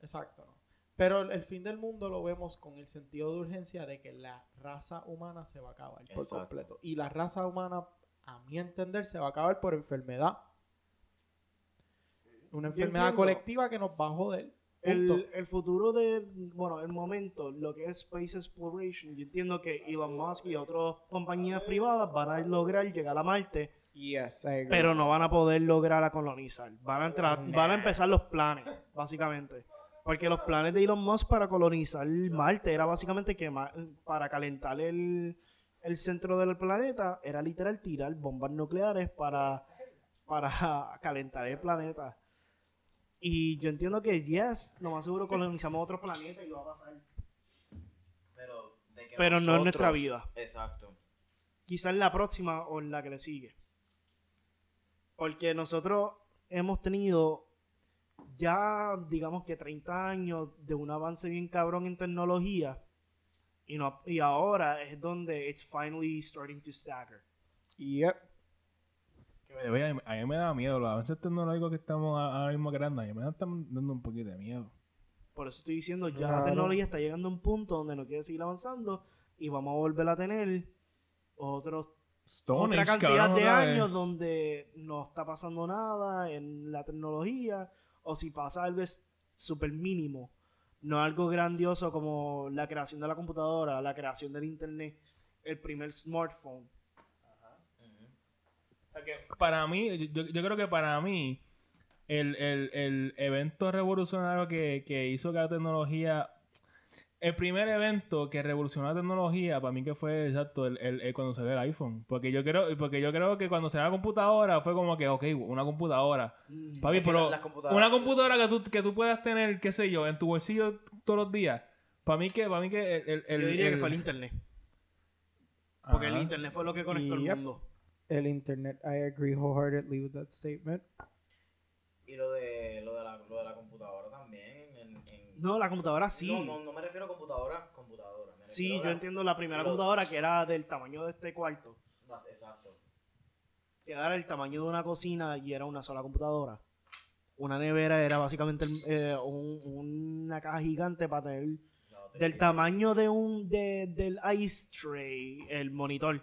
Exacto, no. Pero el- el fin del mundo lo vemos con el sentido de urgencia de que la raza humana se va a acabar por Exacto. completo. Y la raza humana, a mi entender, se va a acabar por enfermedad. Una enfermedad entiendo. colectiva que nos va a joder. El, Punto. el futuro de, bueno, el momento, lo que es Space Exploration, yo entiendo que Elon Musk y otras compañías privadas van a lograr llegar a Marte, Yes, I agree. pero no van a poder lograr a colonizar. Van a, entrar- van a empezar los planes, básicamente. Porque los planes de Elon Musk para colonizar Marte era básicamente que para calentar el, el centro del planeta era literal tirar bombas nucleares para, para calentar el planeta. Y yo entiendo que, yes, lo más seguro colonizamos otro planeta y va a pasar. Pero, de que Pero no en nuestra nosotros- vida. Exacto. quizás la próxima o en la que le sigue. Porque nosotros hemos tenido ya, digamos que 30 años de un avance bien cabrón en tecnología. Y, no, y ahora es donde it's finally starting to stagger. Yep. Que me- oye, a mí- a mí me da miedo los avances tecnológicos que estamos a- ahora mismo creando. A mí me están dando un poquito de miedo. Por eso estoy diciendo, ya Claro. la tecnología está llegando a un punto donde no quiere seguir avanzando y vamos a volver a tener otros Stone otra Age, cantidad cabrón, de otra vez. años donde no está pasando nada en la tecnología o si pasa algo es súper mínimo, no algo grandioso como la creación de la computadora, la creación del internet, el primer smartphone. Para mí, yo, yo creo que para mí, el, el- el evento revolucionario que, que hizo que la tecnología. El primer evento que revolucionó la tecnología, para mí que fue exacto, el, el- el cuando salió el iPhone. Porque yo creo, porque yo creo que cuando salió la computadora fue como que, ok, una computadora. Mm. Papi, Es que pero las- las computadoras- una computadora que tú, que tú puedas tener, qué sé yo, en tu bolsillo todos los días. Para mí que, para mí que el, el- el- Yo diría el- que fue el internet, Ajá. porque el internet fue lo que conectó Yep. el mundo. El internet, I agree wholeheartedly with that statement. Y lo de, lo de, la, lo de la computadora también. En, en- No, la computadora Ah, sí. No, no, no me refiero a computadora, computadora. me Sí, refiero a yo la- entiendo la primera Pero- computadora que era del tamaño de este cuarto, las- Exacto. que era el tamaño de una cocina y era una sola computadora. Una nevera era básicamente el- eh, un- una caja gigante para tener No, te- del tamaño de un de- del ice tray, el monitor.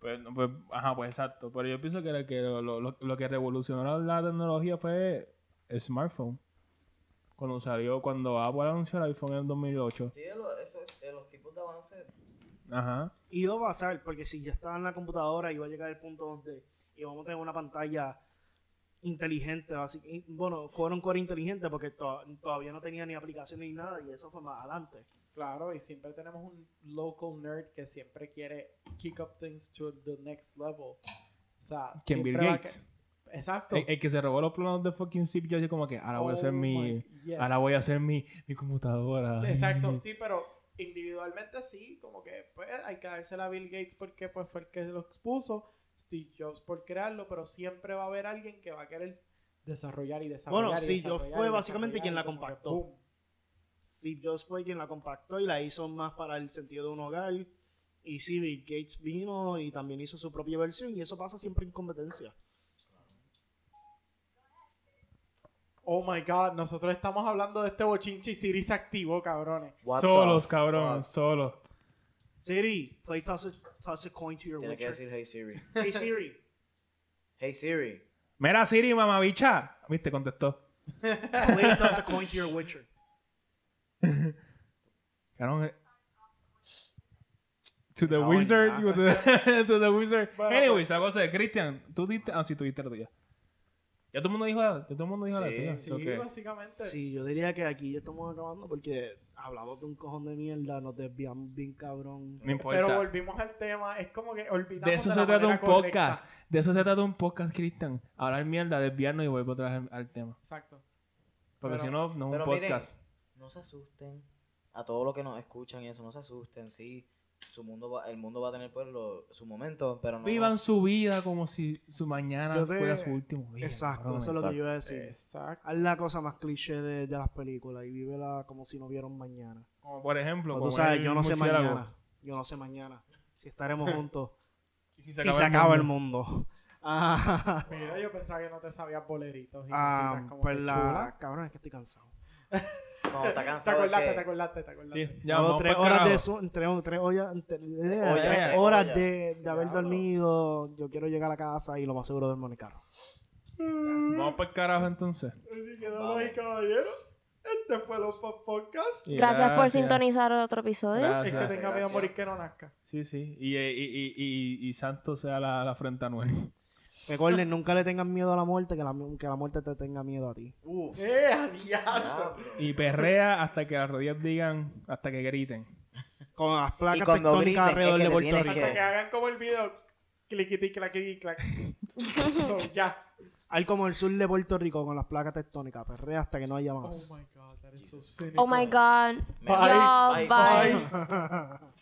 Pues, no, pues, ajá, pues exacto. Pero yo pienso que, lo, que lo- lo- lo que revolucionó la tecnología fue el smartphone. Cuando salió, cuando Apple anunció el iPhone en 2008. Sí, lo- eso, de los tipos de avances. Ajá. Iba a pasar, porque si ya estaba en la computadora, iba a llegar el punto donde íbamos a tener una pantalla inteligente, así que, bueno, con un core inteligente, porque to- todavía no tenía ni aplicación ni nada, y eso fue más adelante. Claro, y siempre tenemos un local nerd que siempre quiere kick up things to the next level. O sea, ¿Quién, siempre Bill va a Gates? que- Exacto. El, el que se robó los planos de fucking Steve Jobs, yo como que ahora voy a hacer Oh mi... my- yes. Ahora voy a hacer mi, mi computadora. Sí, exacto, sí, pero individualmente sí, como que pues hay que dársela a Bill Gates porque pues fue el que lo expuso, Steve Jobs por crearlo, pero siempre va a haber alguien que va a querer desarrollar y desarrollar. Bueno, y sí, yo desarrollar y fue básicamente desarrollar quien y la como que, compactó. ¡boom! Steve Jobs fue quien la compactó y la hizo más para el sentido de un hogar. Y sí, Bill Gates vino y también hizo su propia versión, y eso pasa siempre en competencia. Oh my god, nosotros estamos hablando de este bochinche y Siri se activó, cabrones. What Solos, the cabrón, fuck. solos. Siri, play toss a, toss a coin to your Tiene que Witcher. decir Hey Siri. Hey Siri. Hey Siri. Mira, Siri, mamabicha. Viste, contestó. Play toss a coin to your Witcher. Cabrón, eh. To the cago en wizard. nada. you- to the wizard. Bueno, Anyways, la cosa es, Cristian, tú diste. Ah, sí, tú diste la tuya. Ya todo el mundo dijo la, ya todo el mundo dijo la Sí, suya, Sí, so que- básicamente. Sí, yo diría que aquí ya estamos acabando porque hablamos de un cojón de mierda, nos desviamos bien cabrón. No importa. Pero volvimos al tema, es como que olvidamos de eso la se trata un manera correcta. podcast. De eso se trata un podcast, Cristian. Hablar mierda, desviarnos y vuelvo otra vez al, al tema. Exacto. Porque Pero- si no, no es un pero miren, podcast. No se asusten. A todos los que nos escuchan y eso, no se asusten. Sí, su mundo va, el mundo va a tener pues lo- su momento, pero no. Vivan su vida como si su mañana Yo te- fuera su último día. Exacto, cabrón, eso es lo que yo iba a decir. Exacto. Haz la cosa más cliché de, de las películas y vívela como si no vieron mañana. Como por ejemplo, Pero como Pues tú sabes, el yo no sé murciélago. mañana. Yo no sé mañana. Si estaremos juntos. Y Si si se acaba el mundo. Ah, Mira, yo pensaba que no te sabías boleritos. y ah, cositas como pues que la... chula. Cabrón, es que estoy cansado. no, está Te cansado. de acordaste, que- te acordaste, te acordaste. Sí, ya Luego vamos tres pa'l horas carajo. de su- tres, tres ollas- tres- tres ya, horas ya. de, de haber Ya, bro. dormido. Yo quiero llegar a casa y lo más seguro duermo en el carro. Vamos para el carajo entonces. Así que, damas y caballeros, este fue los Pop Podcast. Gracias por sintonizar otro episodio. Es que Gracias. tenga miedo a gracias. morir que no nazca. Sí, sí. Y, eh, y, y, y, y santo sea la, la frente a Noel. Recuerden, nunca le tengan miedo a la muerte, que la, que la muerte te tenga miedo a ti. Uf. ¡Eh, a diablo! Y perrea hasta que las rodillas digan, hasta que griten. Con las placas cuando tectónicas griten, es que alrededor te de Puerto tienes Rico. Hasta que hagan como el video. Cliquiti, claquiti, clac. So, ya. Al como el sur de Puerto Rico con las placas tectónicas. Perrea hasta que no haya Oh más. my god, that is so cynical. Oh my god. Bye, Y'all, bye, bye. Ay,